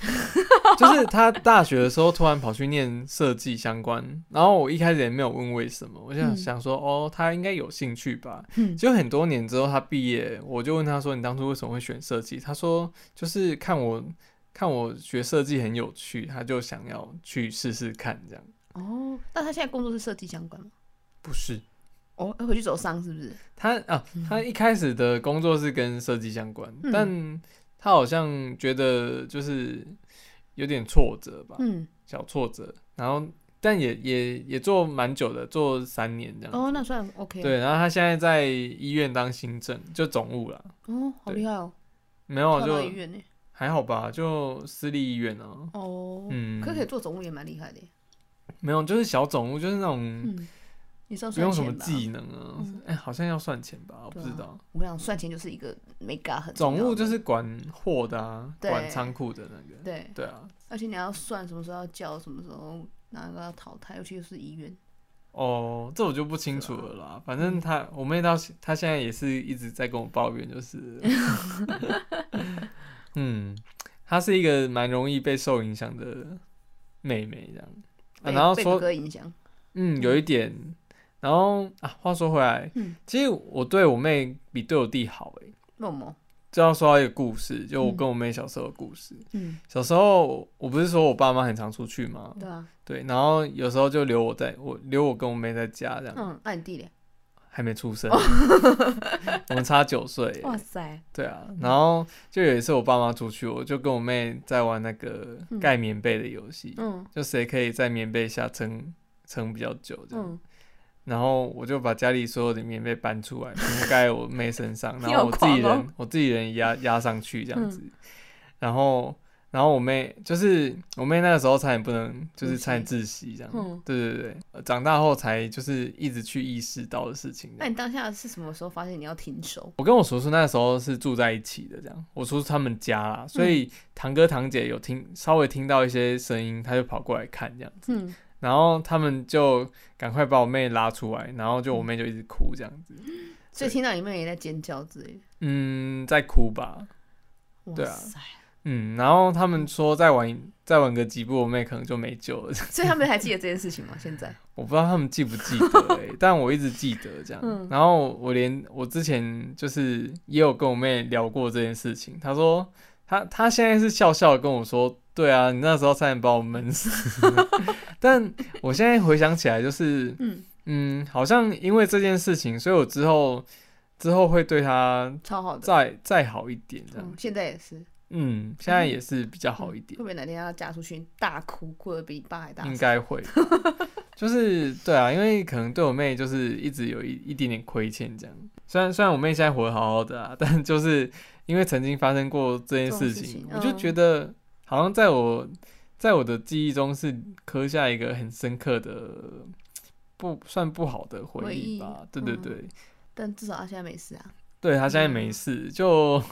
A: 就是她大学的时候突然跑去念设计相关，然后我一开始也没有问为什么，我就想
B: 嗯
A: 想说，哦，她应该有兴趣吧。
B: 嗯
A: 就很多年之后，她毕业，我就问她说，你当初为什么会选设计？她说，就是看我看我学设计很有趣，她就想要去试试看，这样
B: 哦，那她现在工作是设计相关吗？
A: 不是。
B: 哦，要回去走商是不是？
A: 他啊，他一开始的工作是跟设计相关，
B: 嗯
A: 但他好像觉得就是有点挫折吧，
B: 嗯，
A: 小挫折。然后，但也也也做蛮久的，做三年这样子。
B: 哦，那算 OK。，
A: 对，然后他现在在医院当行政，就总务啦。
B: 哦，好厉害哦，
A: 没有
B: 跳到医
A: 就
B: 院呢。
A: 还好吧，就私立医院啊。
B: 哦，
A: 嗯，
B: 可可以做总务也蛮厉害的耶。
A: 没有，就是小总务，就是那种
B: 嗯，你知道
A: 不用
B: 算
A: 什么
B: 钱吧？嗯
A: 技能啊。哎、好像要算钱吧，我不
B: 对啊
A: 知道。
B: 我跟你讲，算钱就是一个没嘎很重
A: 总
B: 要
A: 务
B: 的
A: 就是管货的啊，
B: 对
A: 管仓库的那个。
B: 对，
A: 对啊，
B: 而且你要算什么时候要叫，什么时候哪个要淘汰，尤其是医院。
A: 哦，这我就不清
B: 啊
A: 楚了啦。反正他我妹到现她现在也是一直在跟我抱怨，就是，嗯，她是一个蛮容易被受影响的妹妹这样。啊
B: 被
A: 然后
B: 被
A: 说
B: 哥哥影响，
A: 嗯，有一点。然后啊，话说回来，
B: 嗯
A: 其实我对我妹比对我弟好诶、欸。
B: 为什么？
A: 这要说到一个故事，就我跟我妹小时候的故事。
B: 嗯，
A: 小时候我不是说我爸妈很常出去吗？
B: 对啊，
A: 对，然后有时候就留我在我留我跟我妹在家这样，
B: 嗯，那、你弟嘞？
A: 还没出生， 我们差九岁欸。
B: 哦哇塞，嗯
A: 对啊，然后就有一次我爸妈出去，我就跟我妹在玩那个
B: 嗯
A: 盖棉被的游戏，
B: 嗯
A: 就谁可以在棉被下撑撑比较久这样。
B: 嗯，
A: 然后我就把家里所有的棉被搬出来，全部盖在我妹身 上，
B: 你
A: 然后
B: 好
A: 我自己
B: 狂哦嗯
A: 人我自己人压压上去这样子。然后然后我妹就是我妹那个时候差点不能，就是
B: 窒息
A: 差点窒息这样。
B: 嗯
A: 对对对，呃长大后才就是一直去意识到的事情这样。
B: 那你当下是什么时候发现你要停手？
A: 我跟我叔叔那时候是住在一起的，这样我叔叔他们家啦，所以堂哥堂姐有听稍微听到一些声音，他就跑过来看这样，
B: 嗯，
A: 然后他们就赶快把我妹拉出来，然后就我妹就一直哭这样子，
B: 所以听到你妹妹也在尖叫之类的。
A: 嗯，在哭吧，
B: 哇
A: 对啊
B: 塞，
A: 嗯，然后他们说再玩再玩个几步，我妹可能就没救了，
B: 所以他们还记得这件事情吗？现在？
A: 我不知道他们记不记得、 欸，但我一直记得这样。
B: 嗯
A: 然后我连我之前就是也有跟我妹聊过这件事情，她说她她现在是笑笑地跟我说，对啊，你那时候差点把我闷 死。但我现在回想起来，就是
B: 嗯，
A: 嗯，好像因为这件事情，所以我之后之后会对她
B: 超好的。
A: 再再好一点这样
B: 嗯。，现在也是。
A: 嗯，现在也是比较好一点
B: 会不。会哪天要嫁出去大哭，哭的比你爸还大
A: 应
B: 声？
A: 该会 吧，就是对啊，因为可能对我妹就是一直有一一点点亏欠这样。虽然虽然我妹现在活得好好的啊， 但就是因为曾经发生过这件事情，
B: 这种事情嗯
A: 我就觉得好像在我在我的记忆中是刻下一个很深刻的不算不好的回忆吧。
B: 回
A: 对对
B: 忆嗯
A: 对，
B: 但至少他现在没事啊。
A: 对她现在没事，就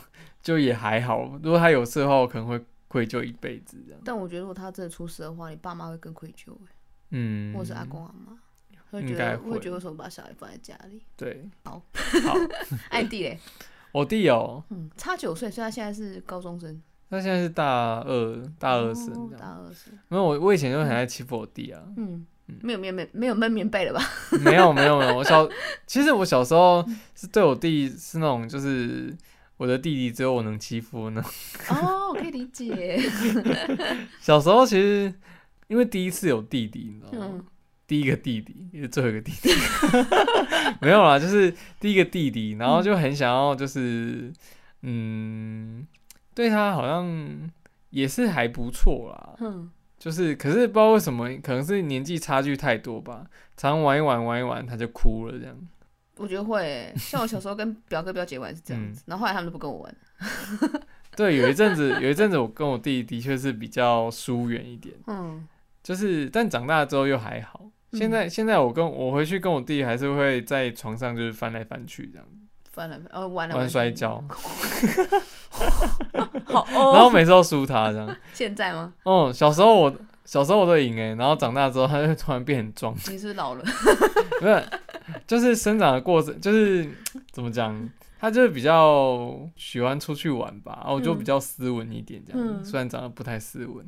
A: 就也还好。如果她有事的话，我可能会愧疚一辈子这样。
B: 但我觉得如果他真的出事的话，你爸妈会更愧疚欸，
A: 嗯，
B: 或者是阿公阿妈会
A: 应
B: 觉
A: 该
B: 得
A: 会
B: 会觉得为什么把小孩放在家里？
A: 对，
B: 好
A: 好，
B: 艾弟嘞，
A: 我弟哦有。
B: 嗯，差九岁，所以他现在是高中生，
A: 他现在是大二，大二生
B: 哦
A: 这样。
B: 大二生，
A: 没有，我我以前就很爱欺负我弟啊。
B: 嗯
A: 嗯，
B: 没有棉被，没有闷棉被了吧？
A: 没有没有没有，我小其实我小时候是对我弟是那种就是我的弟弟只有我能欺负呢。
B: 哦，我可以理 解，
A: 小时候其实因为第一次有弟弟，你知道吗？
B: 嗯
A: 第一个弟弟也是最后一个弟弟， 没有啦，就是第一个弟弟，然后就很想要就是嗯，对他好像也是还不错啦。
B: 嗯，
A: 就是，可是不知道为什么，可能是年纪差距太多吧，常常玩一玩玩一玩，他就哭了这样。
B: 我觉得会欸，像我小时候跟表哥表姐玩是这
A: 嗯
B: 样子，然后后来他们都不跟我玩，
A: 对，有一阵 子，有一阵子我跟我弟的确是比较疏远一点，
B: 嗯，
A: 就是，但长大之后又还好。现在，现在我跟我回去跟我弟还是会在床上就是翻来翻去这样，
B: 翻了呃玩了
A: 玩摔，跤，
B: 好
A: 然后
B: 哦，
A: 每次都输他这样。
B: 现在吗？
A: 哦，小时候我小时候我都赢欸诶，然后长大之后他就突然变很壮，
B: 你是不是老了？
A: 不是，就是生长的过程，就是怎么讲，他就是比较喜欢出去玩吧，啊然后我就
B: 嗯
A: 比较斯文一点这样，
B: 嗯
A: 虽然长得不太斯文，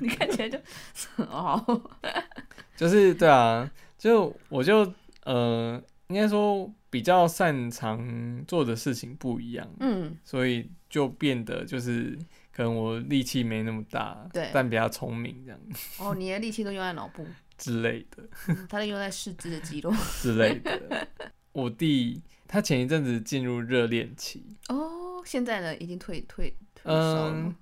B: 你看起来就 哦，好
A: 就是对啊，就我就呃，应该说比较擅长做的事情不一样，
B: 嗯，
A: 所以就变得就是可能我力气没那么大，
B: 对
A: 但比较聪明这样
B: 哦，你的力气都用在脑部，
A: 之类的。
B: 嗯他都用在四肢的肌肉。
A: 之类 的。我弟他前一阵子进入热恋期，
B: 哦，现在呢，已经退退退烧了
A: 嗯
B: 吗。，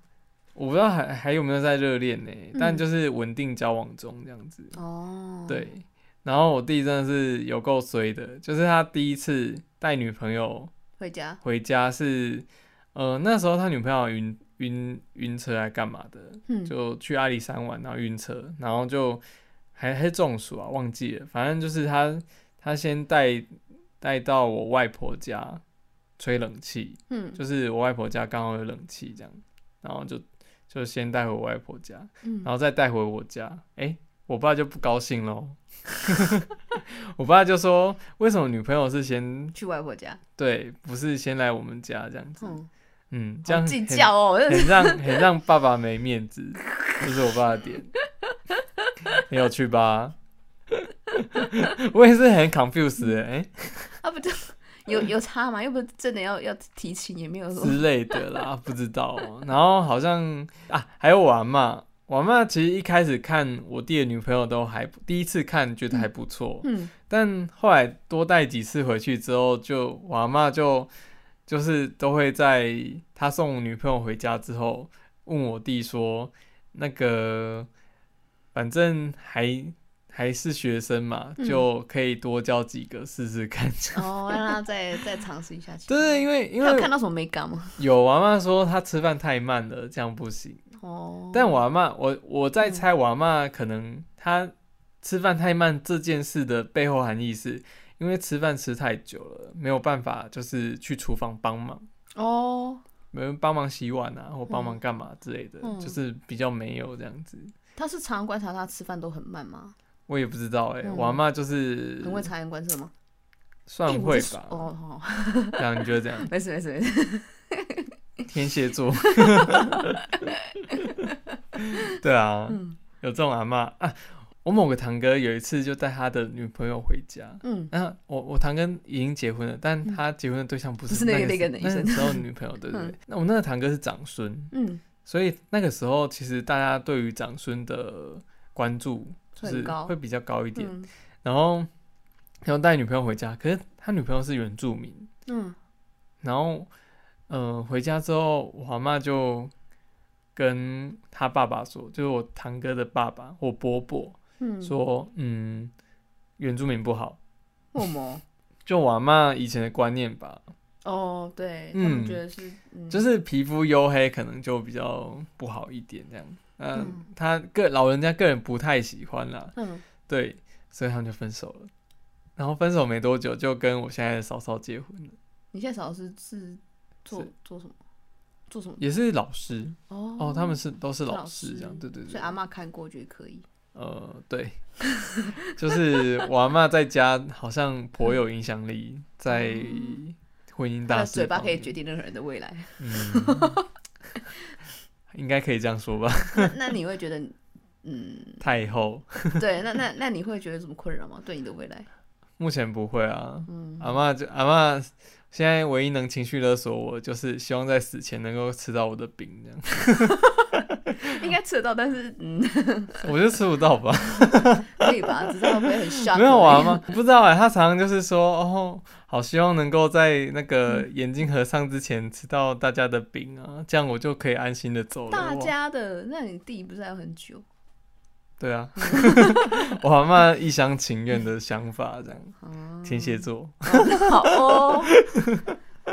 A: 我不知道还还有没有在热恋呢，但
B: 嗯
A: 就是稳定交往中这样子。
B: 哦，
A: 嗯对，然后我弟真的是有够衰的，就是他第一次带女朋友
B: 回家，
A: 回家是，呃，那时候他女朋友晕晕晕车来干嘛的，
B: 嗯，
A: 就去阿里山玩，然后晕车，然后就还还中暑啊，忘记了，反正就是他他先带带到我外婆家吹冷气，
B: 嗯
A: 就是我外婆家刚好有冷气这样，然后就就先带回我外婆家，
B: 嗯
A: 然，后再带回我家，诶，我爸就不高兴喽。 我爸就说：“为什么女朋友是先
B: 去外婆家，
A: 对，不是先来我们家这样子？
B: 嗯，
A: 嗯，这
B: 好
A: 样
B: 计
A: 很
B: 较哦， 真的是
A: 很让很让爸爸没 面子，这是我爸的点，很有趣吧？ 我也是很 confused 哎、欸
B: 啊，不就有有差嘛？又不是真的要要提亲，也没有说
A: 之类的啦， 不知道。哦然后好像啊，还有我阿嬷，我阿嬷其实一开始看我弟的女朋友都还不第一次看觉得还不错，
B: 嗯，
A: 但后来多带几次回去之后就，我阿嬷就就是都会在他送我女朋友回家之后，问我弟说，那个反正还还是学生嘛，
B: 嗯
A: 就可以多交几个试试看。
B: 哦，让他再 再尝试一下。
A: 对对，因为因
B: 他有
A: 为
B: 看到什么美感吗？
A: 有我阿嬷说她吃饭太慢了，这样不行。
B: 哦，
A: 但我阿嬷，我我在猜我阿嬷可能她吃饭太慢这件事的背后含义是，因为吃饭吃太久了，没有办法就是去厨房帮忙，
B: 哦，
A: 没人帮忙洗碗啊，或帮忙干嘛之类的，
B: 嗯
A: 就是比较没有这样子。
B: 他是常观察他吃饭都很慢吗？
A: 我也不知道哎、
B: 嗯
A: 我阿嬷就是
B: 很会察言观色吗？
A: 算
B: 欸我
A: 会
B: 就说
A: 吧，
B: 哦，哦，
A: 这样你觉得怎样？
B: 没事没事没事。
A: 天蝎 座，对啊，
B: 嗯
A: 有这种阿嬷啊。我某个堂哥有一次就带他的女朋友回家，
B: 嗯，
A: 那我我堂哥已经结婚了，但他结婚的对象不是
B: 不是那个
A: 那
B: 那个
A: 时
B: 男生
A: 那时候女朋友，对对对。那我那个堂哥是长孙，
B: 嗯，
A: 所以那个时候其实大家对于长孙的关注就
B: 会
A: 是
B: 很高
A: 会比较高一点。
B: 嗯
A: 然后然后带女朋友回家，可是他女朋友是原住民，
B: 嗯，
A: 然后呃回家之后，我阿妈就跟他爸爸说，就是我堂哥的爸爸，我伯伯
B: 嗯，
A: 说，嗯，原住民不好。
B: 为什么？
A: 就我阿嬷以前的观念吧，
B: 哦，对，他
A: 嗯
B: 们觉得是，嗯
A: 就是皮肤黝黑可能就比较不好一点这样。嗯
B: 嗯，
A: 他个老人家个人不太喜欢啦，
B: 嗯，
A: 对，所以他们就分手了。然后分手没多久，就跟我现在的嫂嫂结婚了，
B: 你现在嫂嫂是是做
A: 是
B: 做什么？做什么？
A: 也是老师
B: 哦
A: 哦，他们是都是
B: 是
A: 老
B: 老
A: 师这样，
B: 师
A: 对对
B: 所
A: 对
B: 以，阿嬷看过觉得可以。
A: 呃，对， 就是我阿嬷在家好像颇有影响力，在
B: 嗯
A: 婚姻
B: 他
A: 大
B: 的
A: 事
B: 嘴巴
A: 方
B: 可以
A: 面
B: 决定任何人的未来。
A: 嗯，应该可以这样说吧，
B: 那那你会觉得，嗯，
A: 太后。
B: 对，那那那你会觉得有什么困扰吗？对你的未来？
A: 目前不会啊，
B: 嗯，
A: 阿嬷就阿嬷现在唯一能情绪勒索我，就是希望在死前能够吃到我的饼，这样
B: 应该吃得到，但是嗯，
A: 我就吃不到吧？
B: 可以吧？只是会不会很 shock？
A: 没有
B: 而
A: 啊
B: 已
A: 吗？不知道哎、她常常就是说，哦，好希望能够在那个眼睛合上之前吃到大家的饼 啊，这样我就可以安心的走了。
B: 大
A: 哇
B: 家的，那你弟不是还有很久？
A: 对 啊， 我阿嬷一厢情愿的想法，这样
B: 啊，
A: 天蝎座。
B: 哦好哦，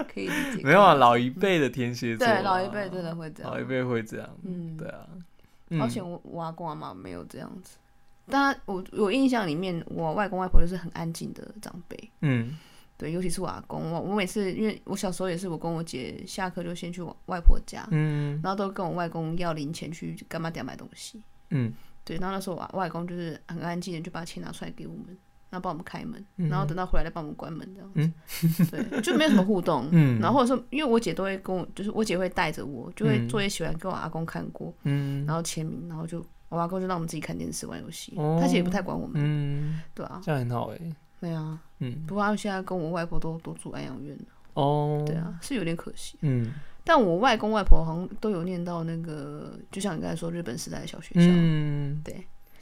B: 可以理解。
A: 没有啊，老一辈的天蝎座啊、
B: 嗯对老一辈真的会这样
A: 老一辈会这样，
B: 嗯，
A: 对啊，
B: 好
A: 嗯，
B: 险我我阿公阿妈没有这样子。但我我印象里面，我外公外婆就是很安静的长辈，
A: 嗯，
B: 对，尤其是我阿公，我我每次因为我小时候也是，我跟我姐下课就先去我外婆家，
A: 嗯，
B: 然后都跟我外公要零钱去干妈店买东西，
A: 嗯，
B: 对，然后那时候我外外公就是很安静的就把钱拿出来给我们，然后帮我们开门，
A: 嗯
B: 然后等到回来再帮我们关门这样子， 对，就没有什么互动。
A: 嗯
B: 然后或者说，因为我姐都会跟我，就是我姐会带着我，就会
A: 嗯
B: 作业写完给我阿公看过，
A: 嗯，
B: 然后签名，然后就我阿公就让我们自己看电视玩游戏，
A: 哦
B: 他其实也不太管我们，
A: 嗯，
B: 对啊，
A: 这样很好哎、
B: 对啊。
A: 嗯，
B: 不过他现在跟我外婆都都住安养院了，
A: 哦，
B: 对，啊，是有点可惜。
A: 嗯
B: 但我外公外婆好像都有念到那个，就像你刚才说日本时代的小学校，
A: 嗯，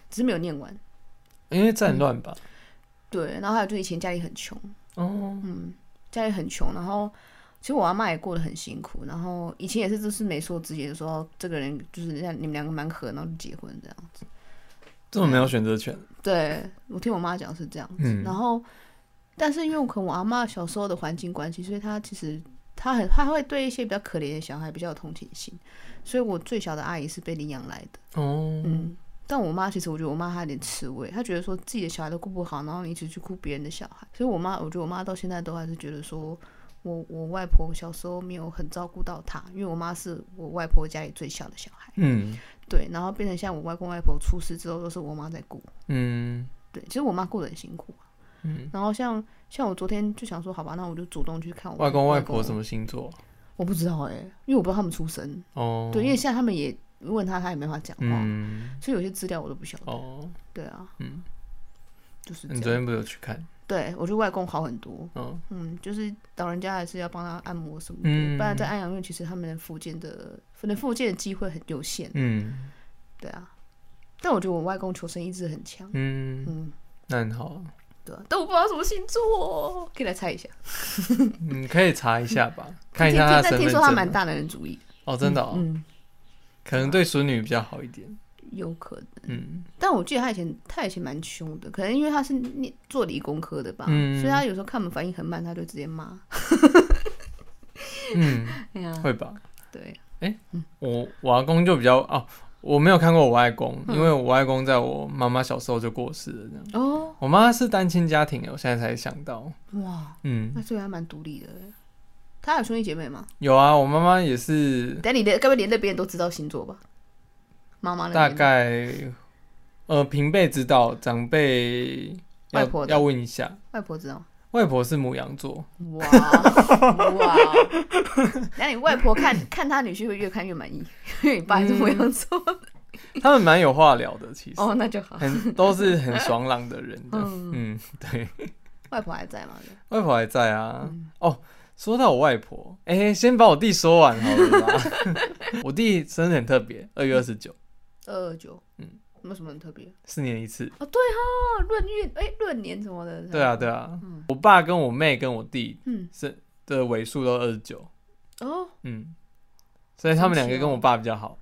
B: 只是没有念完。
A: 因为战乱吧，
B: 对，然后还有就以前家里很穷，
A: 哦，
B: 嗯，家里很穷，然后其实我阿妈也过得很辛苦，然后以前也是就是媒妁之言，就说哦这个人就是人家你们两个蛮合，然后就结婚这样。
A: 这种没有选择权，
B: 对我听我妈讲是这样子，
A: 嗯
B: 然后但是因为我可能我阿妈小时候的环境关系，所以她其实她很她会对一些比较可怜的小孩比较有同情心，所以我最小的阿姨是被领养来的。
A: 哦，
B: 嗯，但我妈其实我觉嗯得我妈她有点刺猬，她觉得说自己的小孩都顾不好，然后你一直去顾别人的小孩，所以我妈我觉得我妈到现在都还是觉得说。我我外婆小时候没有很照顾到她，因为我妈是我外婆家里最小的小孩，
A: 嗯
B: 对，然后变成像我外公外婆出事之后都是我妈在顾，
A: 嗯
B: 对，其实我妈过得很辛苦啊、
A: 嗯，
B: 然后像像我昨天就想说，好吧，那我就主动去看我
A: 外公外婆什
B: 么？
A: 么星座？
B: 我不知道哎、因为我不知道他们出生，
A: 哦，
B: 对，因为现在他们也问他，他也没法讲话，
A: 嗯，
B: 所以有些资料我都不晓得。
A: 哦，
B: 对啊，
A: 嗯，
B: 哦就是
A: 你
B: 这
A: 昨
B: 样。
A: 天不是有去看？
B: 对我觉得外公好很多，
A: 嗯
B: 嗯，就是老人家还是要帮他按摩什么的，
A: 嗯
B: 不然在安养院其实他们能复健的，能复健的机会很有限，
A: 嗯
B: 对啊。但我觉得我外公求生意志很强，
A: 嗯，
B: 嗯，
A: 那很好啊，
B: 对啊。但我不知道什么星座，哦可以来猜一下。
A: 你可以查一下 吧，看一
B: 听
A: 下
B: 听
A: 他的
B: 但
A: 身
B: 听
A: 份
B: 说他蛮
A: 证。
B: 大男人主义，
A: 哦，真的哦，
B: 嗯，
A: 可能对孙女比较好一点。
B: 有可能。
A: 嗯
B: 但我记得他以前他以前蛮凶的，可能因为他是念做理工科的吧，
A: 嗯
B: 所以他有时候看我们反应很慢，他就直接骂。
A: 嗯，
B: 哎呀，
A: 会吧？
B: 对，
A: 我我阿公就比较哦，我没有看过我外公，
B: 嗯
A: 因为我外公在我妈妈小时候就过世了，这样。
B: 哦，
A: 我妈是单亲家庭，欸我现在才想到。
B: 哇，
A: 嗯，
B: 那所以他蛮独立的耶。他有兄弟姐妹吗？
A: 有啊，我妈妈也是
B: 但你的该不会连那边都知道星座吧？妈妈那
A: 大
B: 边
A: 概，呃，平辈知道，长辈
B: 外
A: 要
B: 婆的
A: 要问一下。
B: 外婆知道 吗。
A: 外婆是母羊座，
B: 哇哇！那你外婆看看他女婿会越看越满意，因为你爸还是
A: 嗯
B: 摩羊座、
A: 他们蛮有话聊的，其实、
B: 哦，那就好。
A: 很都是很爽朗的人的。
B: 嗯
A: 嗯，对，
B: 外婆还在吗？
A: 外婆还在啊。
B: 嗯
A: 哦，说到我外婆，哎、先把我弟说完好了啦。 我弟生日很特别，二月二十九，
B: 二二九，嗯
A: 嗯，
B: 没有什么很特别
A: 四年一次。
B: 哦。对哈、闰月哎，闰年什么的。
A: 对啊，对啊。我爸跟我妹跟我弟
B: 嗯，
A: 是的尾数都二十九，
B: 哦，
A: 嗯，所以他们两个跟我爸比较好。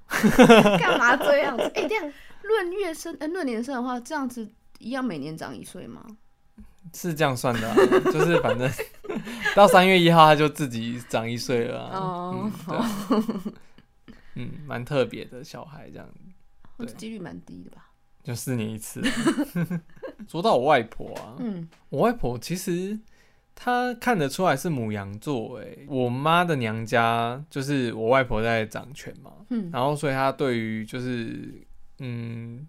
B: 干嘛这样子？哎、这样闰月生，呃，闰年生的话，这样子一样每年长一岁吗？
A: 是这样算的、啊， 就是反正到三月一号他就自己长一岁了、啊。
B: 哦
A: 嗯，对啊嗯，蛮特别的小孩这样，
B: 或
A: 对
B: 者几率蛮低的吧？
A: 就四年一次啊、 说到我外婆啊，
B: 嗯，
A: 我外婆其实她看得出来是母羊座、欸，我妈的娘家就是我外婆在掌权嘛，
B: 嗯
A: 然后所以她对于就是嗯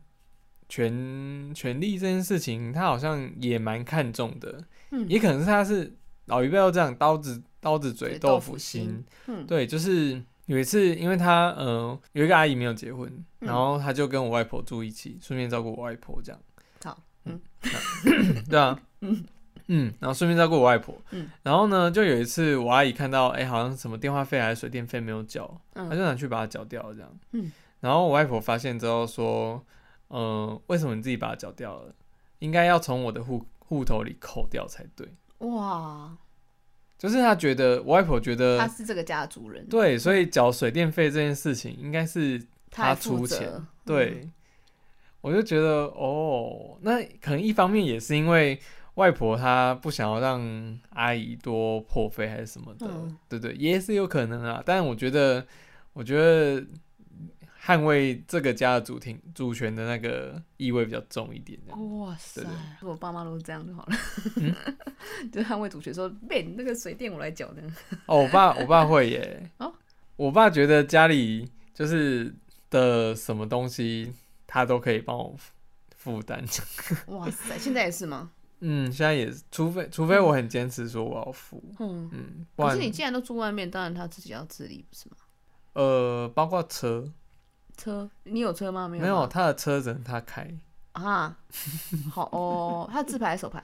A: 权权力这件事情，她好像也蛮看重的，
B: 嗯
A: 也可能是她是老一辈都这样，刀子刀子嘴
B: 嘴
A: 豆
B: 豆腐
A: 腐
B: 心
A: 心，
B: 嗯
A: 对，就是。有一次，因为她呃有一个阿姨没有结婚，
B: 嗯
A: 然后她就跟我外婆住一起，顺便照顾我外婆这样。嗯
B: 好，
A: 对啊，嗯然后顺便照顾我外婆，
B: 嗯
A: 然后呢，就有一次我阿姨看到，哎、好像什么电话费还是水电费没有缴，她就
B: 嗯
A: 想去把它缴掉，这样，
B: 嗯
A: 然后我外婆发现之后说，嗯、为什么你自己把它缴掉了？应该要从我的户户头里扣掉才对，
B: 哇，
A: 就是她觉得我外婆觉
B: 他
A: 得
B: 是这个家的主人，
A: 呃对，所以缴水电费这件事情应该是
B: 他还
A: 她出
B: 负责嗯
A: 钱，对，我就觉得哦，那可能一方面也是因为外婆她不想要让阿姨多破费还是什么的，
B: 嗯
A: 对对，也是有可能啊。但我觉得，我觉得捍卫这个家的主庭主权的那个意味比较重一点这样。
B: 嗯哇塞
A: 对对！嗯
B: 我爸妈都是这样就好了， 就是捍卫主权说，被你那个水电我来缴的，
A: 哦，我爸我爸会耶。
B: 哦
A: 我爸觉得家里就是的什么东西，他都可以帮我负负担。
B: 哇塞！现在也是吗？
A: 嗯，现在也是，除非除非我很坚持说我要付，
B: 嗯，
A: 嗯，不
B: 可
A: 然
B: 是你既然都住外面，当然他自己要自理，不是吗？
A: 呃，包括车
B: 车，你有车吗？没有
A: 没
B: 吧，
A: 有他的车只能他开
B: 啊，好哦，他自排还是手排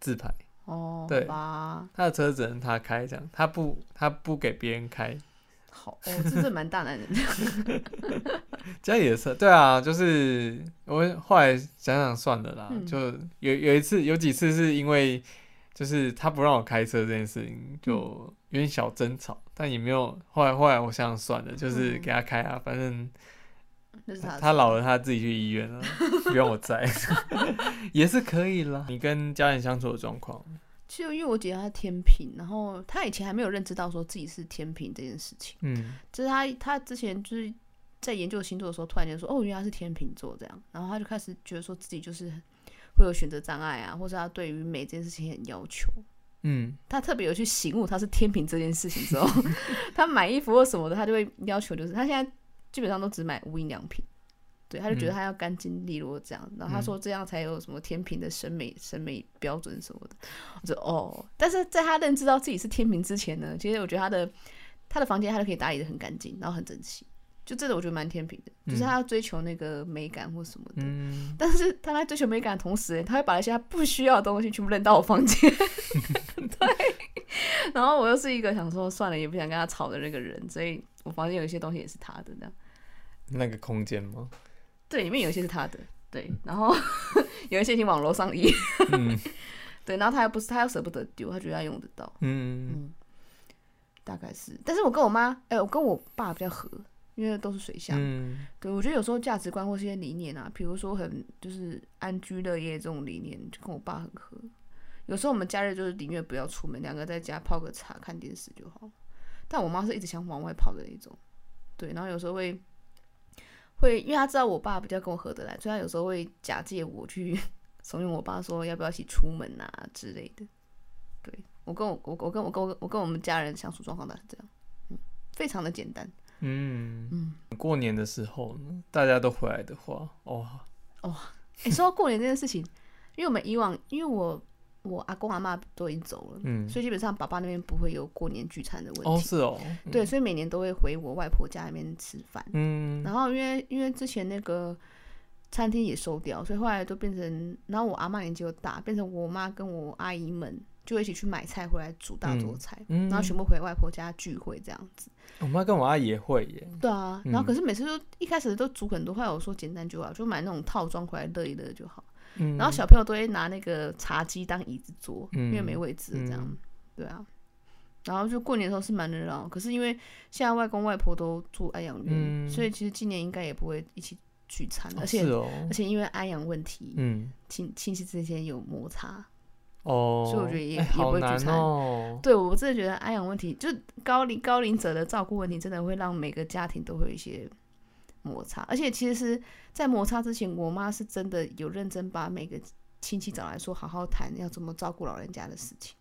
A: 自排，
B: 哦，
A: 对
B: 好吧，
A: 他的车只能他开，这样他不他不给别人开，
B: 好哦，这真的蛮大男人的，
A: 家里的车对啊，就是我后来想想算了啦，
B: 嗯
A: 就有有一次有几次是因为就是他不让我开车这件事情就
B: 嗯
A: 有点小争吵，但也没有后来后来我想想算了，就是
B: 嗯
A: 给他开啊，反正。
B: 那是他
A: 他
B: 的
A: 他老了，他自己去医院 了，不用我在， 也是可以啦。你跟家人相处的状况，
B: 其实因为我姐她天平，然后她以前还没有认知到说自己是天平这件事情，
A: 嗯
B: 就是她她之前就是在研究星座的时候，突然间说哦，原来是天平座这样，然后她就开始觉得说自己就是会有选择障碍啊，或者她对于美这件事情很要求。
A: 嗯
B: 她特别有去醒悟她是天平这件事情之后， 她买衣服或什么的，她就会要求就是她现在基本上都只买无印良品。对，她就觉得
A: 嗯
B: 她要干净利落这样，然后她
A: 嗯
B: 说这样才有什么天平的审美审美标准什么的。我说哦，但是在她认知到自己是天平之前呢，其实我觉得她的她的房间她都可以打理的很干净，然后很整齐，就这个我觉得蛮天平的，就是他要追求那个美感或什么的，
A: 嗯，
B: 但是他在追求美感的同时，他会把一些他不需要的东西全部扔到我房间。对，然后我又是一个想说算了，也不想跟他吵的那个人，所以我房间有一些东西也是他的这样。
A: 那个空间吗？
B: 对，里面有一些是他的，对，然后 有一些已经往楼上移，
A: 嗯
B: 对，然后他又不是他又舍不得丢，他觉得他用得到，
A: 嗯，
B: 嗯，大概是。但是我跟我妈，哎、我跟我爸比较合，因为都是水象。
A: 嗯
B: 对，我觉得有时候价值观或是一些理念啊，比如说很就是安居乐业这种理念，就跟我爸很合。有时候我们假日就是宁愿不要出门，两个在家泡个茶、看电视就好。但我妈是一直想往外跑的那种，对，然后有时候会会，因为她知道我爸比较跟我合得来，所以她有时候会假借我去怂恿我爸说要不要一起出门啊之类的。对我跟我我我跟我跟我我跟我们家人相处状况大概是这样，嗯，非常的简单。
A: 嗯嗯。过年的时候呢，大家都回来的话，哦，
B: 欸，说到过年这件事情，因为我们以往，因为我我阿公阿妈都已经走了，
A: 嗯，
B: 所以基本上爸爸那边不会有过年聚餐的问
A: 哦
B: 题。
A: 是哦，
B: 对，所以每年都会回我外婆家那边吃饭。
A: 嗯，
B: 然后因为因为之前那个餐厅也收掉，所以后来都变成，然后我阿妈年纪又大，变成我妈跟我阿姨们就一起去买菜回来煮大桌
A: 嗯
B: 菜，
A: 嗯
B: 然后全部回外婆家聚会这样子。
A: 我妈跟我阿姨也会耶，
B: 对啊，然后
A: 嗯
B: 可是每次都一开始都煮很多，后来我说简单就好，就买那种套装回来热一热就好。
A: 嗯，
B: 然后小朋友都会拿那个茶几当椅子坐，因为
A: 嗯
B: 没位置这样
A: 嗯，
B: 对啊。然后就过年的时候是蛮热闹，可是因为现在外公外婆都住安养院，
A: 嗯
B: 所以其实今年应该也不会一起聚餐，
A: 哦
B: 而且、
A: 是哦，
B: 而且因为安养问题，
A: 嗯
B: 亲亲戚之间有摩擦。
A: 哦，
B: 所以我觉得也
A: 哎
B: 也不
A: 好
B: 会聚
A: 难
B: 餐
A: 哦，
B: 对我真的觉得安养问题，就是高龄高龄者的照顾问题，真的会让每个家庭都会有一些摩擦。而且其实，在摩擦之前，我妈是真的有认真把每个亲戚找来说，好好谈要怎么照顾老人家的事情。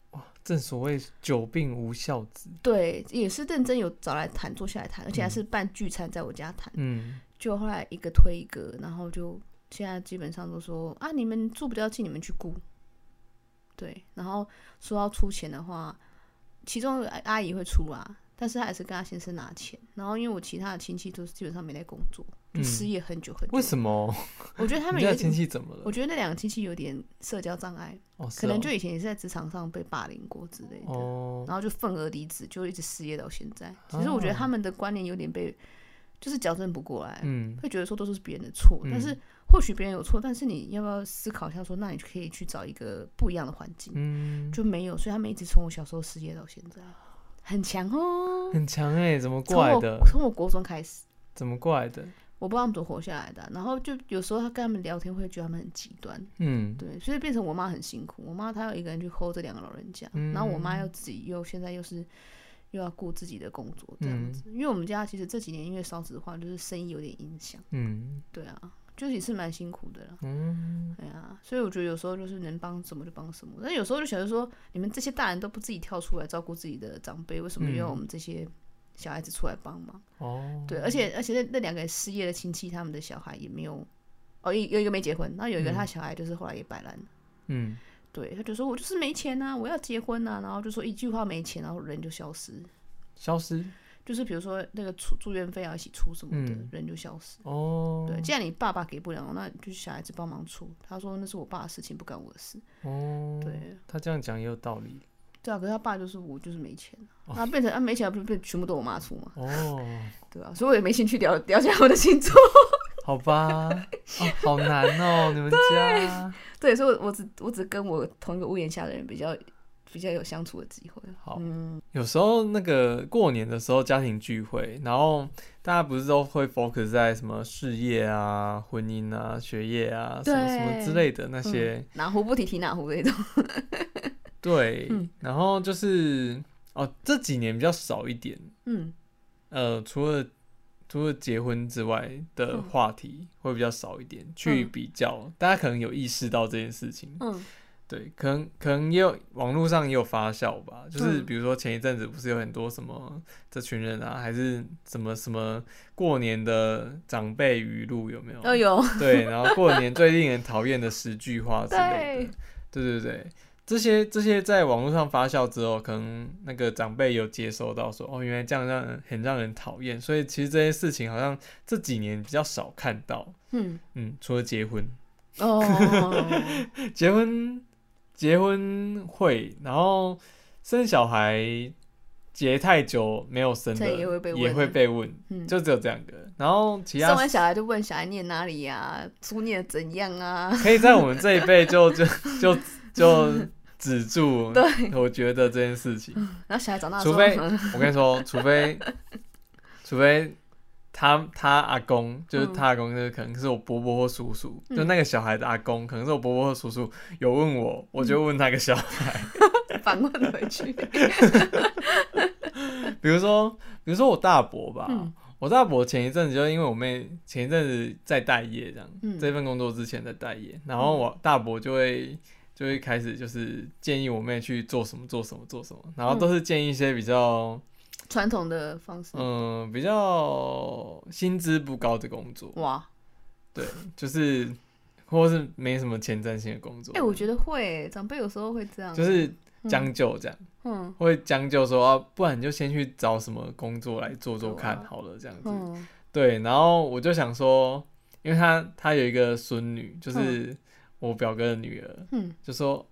A: 正所谓久病无孝子，
B: 对，也是认真有找来谈，坐下来谈，而且还是办聚餐在我家谈。
A: 嗯
B: 就后来一个推一个，然后就现在基本上都说啊，你们住比较近，你们去顾。对，然后说要出钱的话，其中有阿阿姨会出啊，但是她还是跟她先生拿钱。然后因为我其他的亲戚都是基本上没在工作，就
A: 嗯
B: 失业很久很久。
A: 为什么？
B: 么？我觉得他们
A: 你家
B: 有
A: 的亲
B: 点，
A: 戚怎么了
B: 我？觉得那两个亲戚有点社交障碍，
A: 哦，是
B: 可能
A: 哦
B: 就以前也是在职场上被霸凌过之类的。
A: 哦，
B: 然后就愤而离职，就一直失业到现在。其实我觉得
A: 哦
B: 他们的观念有点被，就是矫正不过来，
A: 嗯
B: 会觉得说都是别人的错，但是或许别人有错，但是你要不要思考一下说，那你可以去找一个不一样的环境，
A: 嗯，
B: 就没有，所以他们一直从我小时候失业到现在，很强哦。
A: 很强哎，怎么
B: 从
A: 过来的
B: 我？从我国中开始，
A: 怎么过来的？
B: 我不知道他们怎么活下来的啊、然后就有时候他跟他们聊天，会觉得他们很极端，
A: 嗯
B: 对，所以变成我妈很辛苦。我妈她要一个人去 hold 这两个老人家，然后我妈又
A: 嗯
B: 自己又现在又是又要顾自己的工作这样
A: 嗯
B: 子。因为我们家其实这几年因为少子化，就是生意有点影响，
A: 嗯
B: 对啊，就是也是蛮辛苦的啦。
A: 嗯，
B: 哎呀，所以我觉得有时候就是能帮什么就帮什么，但有时候就觉得说，你们这些大人都不自己跳出来照顾自己的长辈，为什么又要我们这些小孩子出来帮忙？
A: 嗯哦，
B: 对，而且而且那那两个失业的亲戚，他们的小孩也没有，哦，一有一个没结婚，然后有一个他小孩就是后来也摆烂了。
A: 嗯，
B: 对，他就说我就是没钱呐、我要结婚呐、然后就说一句话没钱，然后人就消失，
A: 消失
B: 就是比如说那个出住院费要一起出什么的，
A: 嗯
B: 人就消失。
A: 哦，
B: 对，既然你爸爸给不了，那你就小孩子帮忙出。他说那是我爸的事情，不干我的事。
A: 哦，
B: 对，
A: 他这样讲也有道理
B: 对啊，可是他爸就是我就是没钱啊，那变成啊没钱不是变全部都我妈出嘛，
A: 哦，
B: 对啊，所以我也没兴趣了了解我的星座。
A: 好吧，哦，好难哦，你们家
B: 对，所以我我只我只跟我同一个屋檐下的人比较比较有相处的机会。
A: 好
B: 嗯，
A: 有时候那个过年的时候家庭聚会，然后大家不是都会 focus 在什么事业啊、婚姻啊、学业啊什么什么之类的那些。
B: 嗯哪壶不提提哪壶那种。
A: 对，
B: 嗯
A: 然后就是哦，这几年比较少一点。
B: 嗯
A: 呃，除了除了结婚之外的
B: 嗯
A: 话题会比较少一点，去比较，大家可能有意识到这件事情。
B: 嗯
A: 对，可能可能也有网络上也有发酵吧，就是
B: 嗯
A: 比如说前一阵子不是有很多什么这群人啊，还是什么什么过年的长辈语录有没有？
B: 哦有，
A: 对，然后过年最令人讨厌的十句话之类的，对对对，这些这些在网络上发酵之后，可能那个长辈有接收到说，哦，原来这样让人很让人讨厌，所以其实这些事情好像这几年比较少看到。
B: 嗯，
A: 嗯，除了结婚，
B: 哦，
A: 结婚结婚会，然后生小孩结太久没有生
B: 这
A: 的
B: 也会被问
A: 也会被问，
B: 嗯，
A: 就只有这两个。然后其
B: 生
A: 他
B: 完小孩就问小孩念哪里呀、书念得怎样啊？。
A: 可以在我们这一辈就 就就就止住
B: 对，嗯
A: 我觉得这件事情，
B: 然后小孩长大的时
A: 除
B: 候，
A: 非我跟你说，除 非除非他他阿公，就是
B: 嗯
A: 他阿公，就是可能是我伯伯或叔叔，
B: 嗯
A: 就那个小孩的阿公，可能是我伯伯或叔叔有问我，我
B: 嗯
A: 就问那个小孩，
B: 反问回去，
A: 比如说比如说我大伯吧。
B: 嗯
A: 我大伯前一阵子就因为我妹前一阵子在待业这样，
B: 嗯
A: 这份工作之前在待业，然后我大伯就会就会开始就是建议我妹去做什么做什么做什么，然后都是建议一些比较
B: 传统的方式，
A: 嗯、比较薪资不高的工作，
B: 哇，
A: 就是或是没什么前瞻性的工作。
B: 哎、我觉得会、长辈有时候会这样，
A: 就是
B: 嗯
A: 将就这样，
B: 嗯
A: 会将就说啊，不然你就先去找什么工作来做做看
B: 对啊
A: 好了，这样子。
B: 嗯
A: 对，然后我就想说，因为他他有一个孙女，就是我表哥的女儿，
B: 嗯
A: 就说。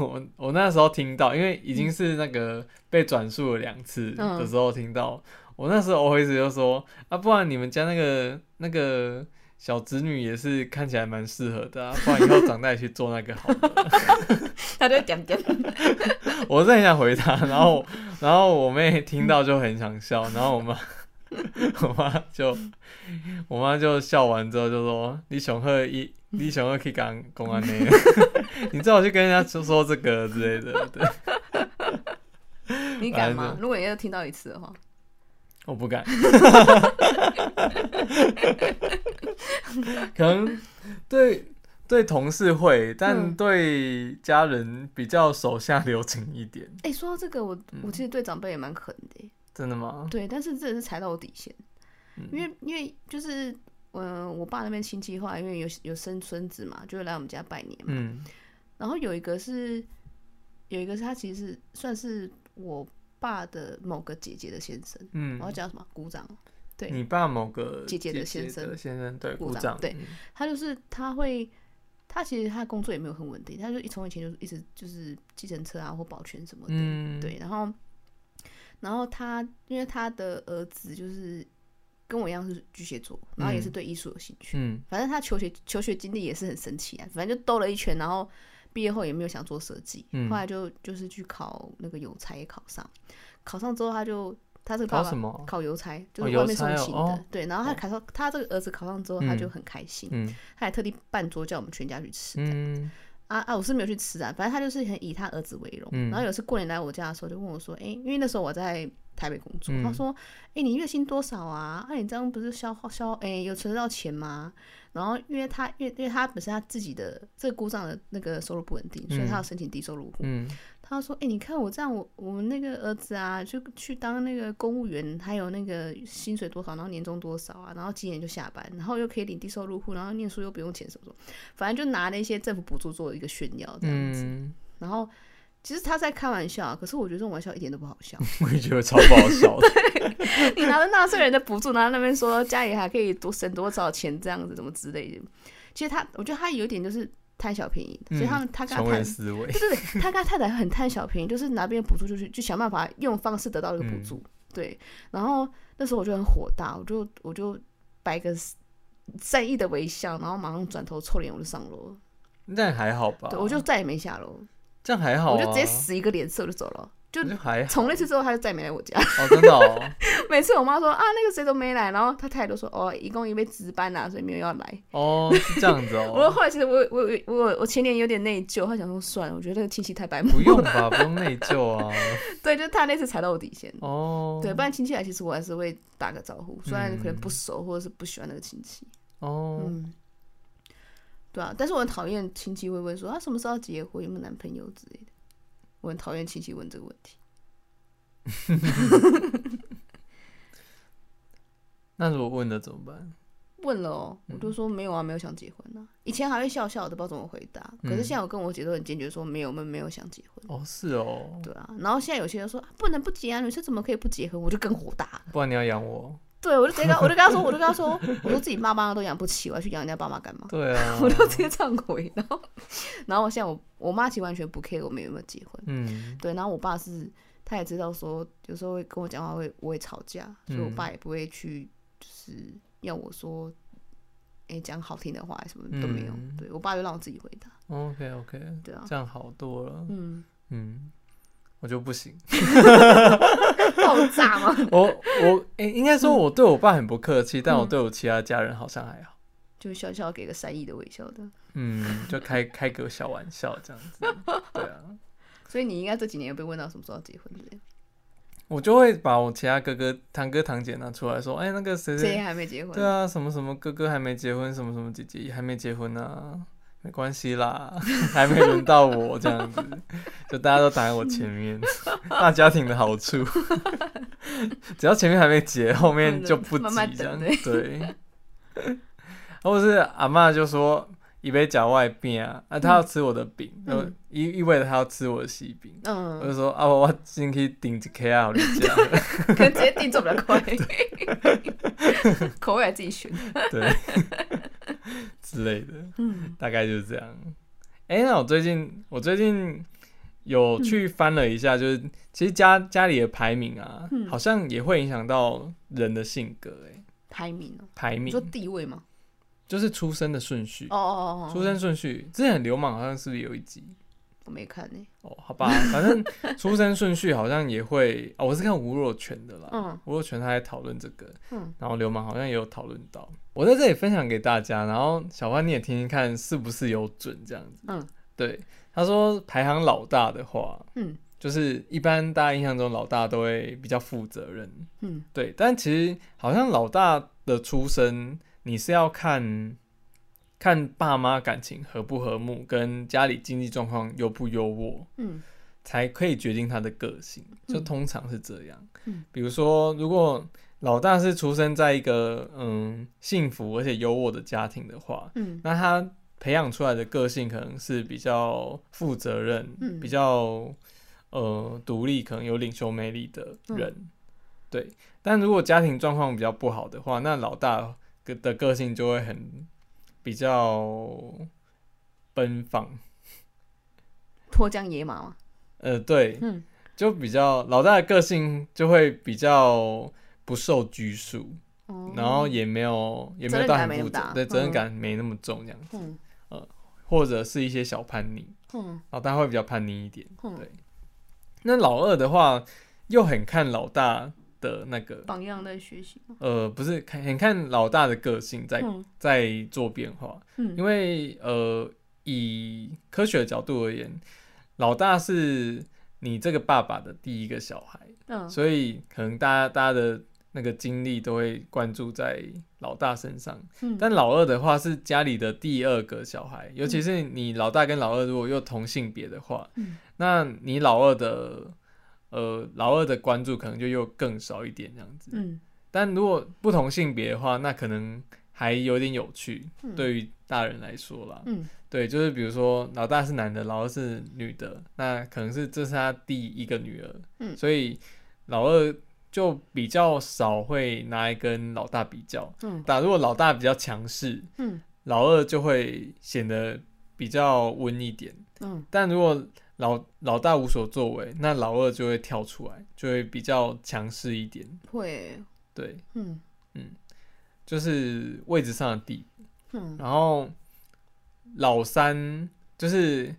A: 我我那时候听到，因为已经是那个被转述了两次
B: 嗯
A: 的时候听到，我那时候我一直就说啊，不然你们家那个那个小侄女也是看起来蛮适合的啊，不然以后长大也去做那个好了。
B: 他就会点 点，
A: 我是很想回答，然后然后我妹听到就很想笑，然后我妈我妈就我妈就笑完之后就说：“你熊赫一，你熊赫可以讲公安呢，你最好去跟人家说说这个之类的。”对，
B: 你敢吗
A: 反？正
B: 如果你要听到一次的话，
A: 我不敢，可能对。对同事会，但
B: 嗯
A: 对家人比较手下留情一点。
B: 哎、说到这个，我我
A: 嗯
B: 其实对长辈也蛮狠的耶、
A: 真的吗？
B: 对，但是真的是踩到我底线，
A: 嗯
B: 因为因为就是。嗯，我爸那边亲戚话，因为有有生孙子嘛，就会来我们家拜年嘛。
A: 嗯
B: 然后有一个是，有一个是他其实是算是我爸的某个姐姐的先生，我要
A: 嗯，
B: 叫什么鼓掌，对
A: 你爸某个
B: 姐姐的
A: 姐
B: 先生
A: 先生对，
B: 故
A: 故
B: 障
A: 障
B: 对，他就是他会，他其实他工作也没有很稳定，他就一从以前就是一直就是计程车啊或保全什么的，
A: 嗯，
B: 哦对，然后然后他因为他的儿子就是跟我一样是巨蟹座，然后也是
A: 嗯
B: 对艺术有兴趣，
A: 嗯
B: 反正他求学求学经历也是很神奇啊，反正就兜了一圈，然后毕业后也没有想做设计，
A: 嗯
B: 后来就就是去考那个邮差也考上，考上之后他就他这个爸
A: 搞
B: 爸
A: 什么？
B: 考邮差，就
A: 哦
B: 是
A: 邮
B: 外面送
A: 差哦
B: 信的，
A: 哦
B: 对，然后他
A: 哦
B: 考上他这个儿子考上之后，他就
A: 嗯
B: 很开心，
A: 嗯
B: 他还特地办桌叫我们全家去吃。
A: 嗯
B: 啊啊！我是没有去吃啊，反正他就是很以他儿子为荣。
A: 嗯
B: 然后有一次过年来我家的时候，就问我说：“哎、因为那时候我在台北工作，
A: 嗯
B: 他说：‘哎、你月薪多少啊？啊，你这样不是消耗消哎、有存得到钱吗？’然后因为他因为因为他本身他自己的这个故障的那个收入不稳定，所以他要申请低收入户。
A: 嗯
B: 他说：“哎、你看我这样，我我们那个儿子啊，就去当那个公务员，还有那个薪水多少，然后年终多少啊，然后几点就下班，然后又可以领低收入户，然后念书又不用钱，什么什么，反正就拿那些政府补助做一个炫耀这样子。
A: 嗯，
B: 然后其实他在开玩笑啊，可是我觉得这种玩笑一点都不好笑。
A: 我也觉得超不好笑的。
B: 你拿着纳税人的补助，然后那边说家里还可以多省多少钱，这样子怎么之类的。其实他，我觉得他有一点就是贪小便宜，所以他们他跟他
A: 嗯穷
B: 谈
A: 人思维
B: 不，是他跟他太太很贪小便宜，就是拿别人补助就去就想办法用方式得到这个补助。对，然后那时候我就很火大，我就我就摆个善意的微笑，然后马上转头臭脸我就上楼了，
A: 这样还好吧？
B: 对我就再也没下楼，
A: 这样还好
B: 我
A: 啊，
B: 就直接死一个脸色我就走了。就
A: 我就还好
B: 从那次之后，他就再也没来我家。
A: 哦，真的哦
B: 每次我妈说啊，那个谁都没来，然后他太太都说哦，一共因为值班啊，所以没有要来。
A: 哦，是这样子
B: 我
A: 哦，
B: 后来其实我我我我我前年有点内疚，后来想说算了，我觉得这个亲戚太白目 了。
A: 不用吧，不用内疚啊，
B: 对，就是他那次踩到我底线。
A: 哦，
B: 对，不然亲戚来，其实我还是会打个招呼，虽然可能不
A: 嗯
B: 熟或者是不喜欢那个亲戚。
A: 哦，
B: 嗯，对啊，但是我很讨厌亲戚会问说他、啊什么时候要结婚，有没有男朋友之类的。我很讨厌亲戚问这个问题。
A: 那如果问了怎么办？
B: 问了哦，
A: 嗯
B: 我就说没有啊，没有想结婚啊。以前还会笑笑的，不知道怎么回答。
A: 嗯
B: 可是现在我跟我姐都很坚决说没有，我们没有想结婚。
A: 哦，是哦，
B: 对啊，然后现在有些人说、啊不能不结啊，女生怎么可以不结婚？我就更火大。
A: 不然你要养我。
B: 对，我就直接跟他我就跟他说，我就跟他说，我说自己爸妈都养不起，我要去养人家爸妈干嘛？
A: 对啊
B: ，我就直接这样回。然后， 然后我现在我我妈其实完全不 care 我们有没有结婚。
A: 嗯
B: 对，然后我爸是他也知道说，有时候会跟我讲话会我会吵架，所以我
A: 嗯
B: 爸也不会去就是要我说，哎、讲好听的话什么都没有。
A: 嗯
B: 对我爸就让我自己回答，
A: ，OK OK，
B: 对啊，
A: 这样好多了。
B: 嗯，
A: 嗯，我就不行，
B: 爆炸吗？
A: 我我诶、应该说我对我爸很不客气，但我对我其他家人好像还好。
B: 就笑笑给个善意的微笑的。
A: 嗯，就开开个小玩笑这样子。对啊，
B: 所以你应该这几年有被问到什么时候要结婚之类的，
A: 我就会把我其他哥哥、堂哥、堂姐拿出来说，哎、那个谁
B: 谁
A: 谁，
B: 还没结婚？
A: 对啊，什么什么哥哥还没结婚，什么什么姐姐也还没结婚啊。没关系 啦，还没轮到我这样子，就大家都挡在我前 面，大家庭的好处，只要前面还没结，后面就不急
B: 慢慢
A: 这样
B: 等对
A: 对。或者是阿嬷就说一杯假外饼啊，啊，她要吃我的饼，
B: 嗯
A: 就意意味着她要吃我的喜饼，我就
B: 嗯，
A: 说啊，我进去顶一 K 啊，我就这样。
B: 可能直接定做比较快， 口味还自己选。
A: 对之类的，
B: 嗯
A: 大概就是这样。哎、那我最近我最近
B: 嗯
A: 有去翻了一下，就是其实家家里的排名啊，
B: 嗯
A: 好像也会影响到人的性格、哎，
B: 排名哦、
A: 排
B: 你说
A: 名
B: 地位吗？
A: 就是出生的顺序，
B: 哦哦哦，
A: 出生顺序。之前很流氓好像是不是有一集？
B: 我没看呢、
A: 哦，好 吧，反正出生顺序好像也会哦，我是看吴若权的啦。
B: 嗯
A: 吴若权他在讨论这个，
B: 嗯
A: 然后流氓好像也有讨论到。我在这里分享给大家，然后小欢你也听听看是不是有准这样子。
B: 嗯
A: 对，他说排行老大的话，
B: 嗯
A: 就是一般大家印象中老大都会比较负责任，
B: 嗯，
A: 对，但其实好像老大的出身，你是要看看爸妈感情和不和睦，跟家里经济状况优不优渥，
B: 嗯
A: 才可以决定他的个性，
B: 嗯
A: 就通常是这样。
B: 嗯
A: 比如说，如果老大是出生在一个嗯幸福而且优渥的家庭的话，
B: 嗯
A: 那他培养出来的个性可能是比较负责任，
B: 嗯
A: 比较呃独立，可能有领袖魅力的人。
B: 嗯
A: 对，但如果家庭状况比较不好的话，那老大个的个性就会很比较奔放。
B: 脱缰野马嘛，
A: 呃，对，
B: 嗯
A: 就比较老大的个性就会比较不受拘束，
B: 哦，
A: 然后也没有也没有
B: 责
A: 到
B: 任感
A: 很
B: 没那
A: 负
B: 么
A: 责
B: 大，
A: 对，
B: 嗯
A: 责任感没那么重这样，
B: 嗯
A: 或者是一些小叛逆，
B: 嗯
A: 老哦大会比较叛逆一点。
B: 嗯
A: 对那老二的话，又很看老大的那个，
B: 榜样在学习嘛，
A: 呃，不是看很看老大的个性在
B: 嗯
A: 在做变化，
B: 嗯
A: 因为呃，以科学的角度而言，老大是你这个爸爸的第一个小孩。
B: 嗯
A: 所以可能大家大家的那个精力都会关注在老大身上，
B: 嗯，
A: 但老二的话是家里的第二个小孩，尤其是你老大跟老二如果又同性别的话，
B: 嗯
A: 那你老二的呃老二的关注可能就又更少一点这样子。
B: 嗯
A: 但如果不同性别的话，那可能还有点有趣，
B: 嗯
A: 对于大人来说啦。
B: 嗯
A: 对，就是比如说老大是男的，老二是女的，那可能是这是他第一个女儿，
B: 嗯
A: 所以老二就比较少会拿来跟老大比较。
B: 嗯
A: 但如果老大比较强势，
B: 嗯
A: 老二就会显得比较温一点。
B: 嗯
A: 但如果老老大无所作为，那老二就会跳出来，就会比较强势一点。
B: 会
A: 对，
B: 嗯
A: 就是位置上的地
B: 嗯
A: 然后老三就是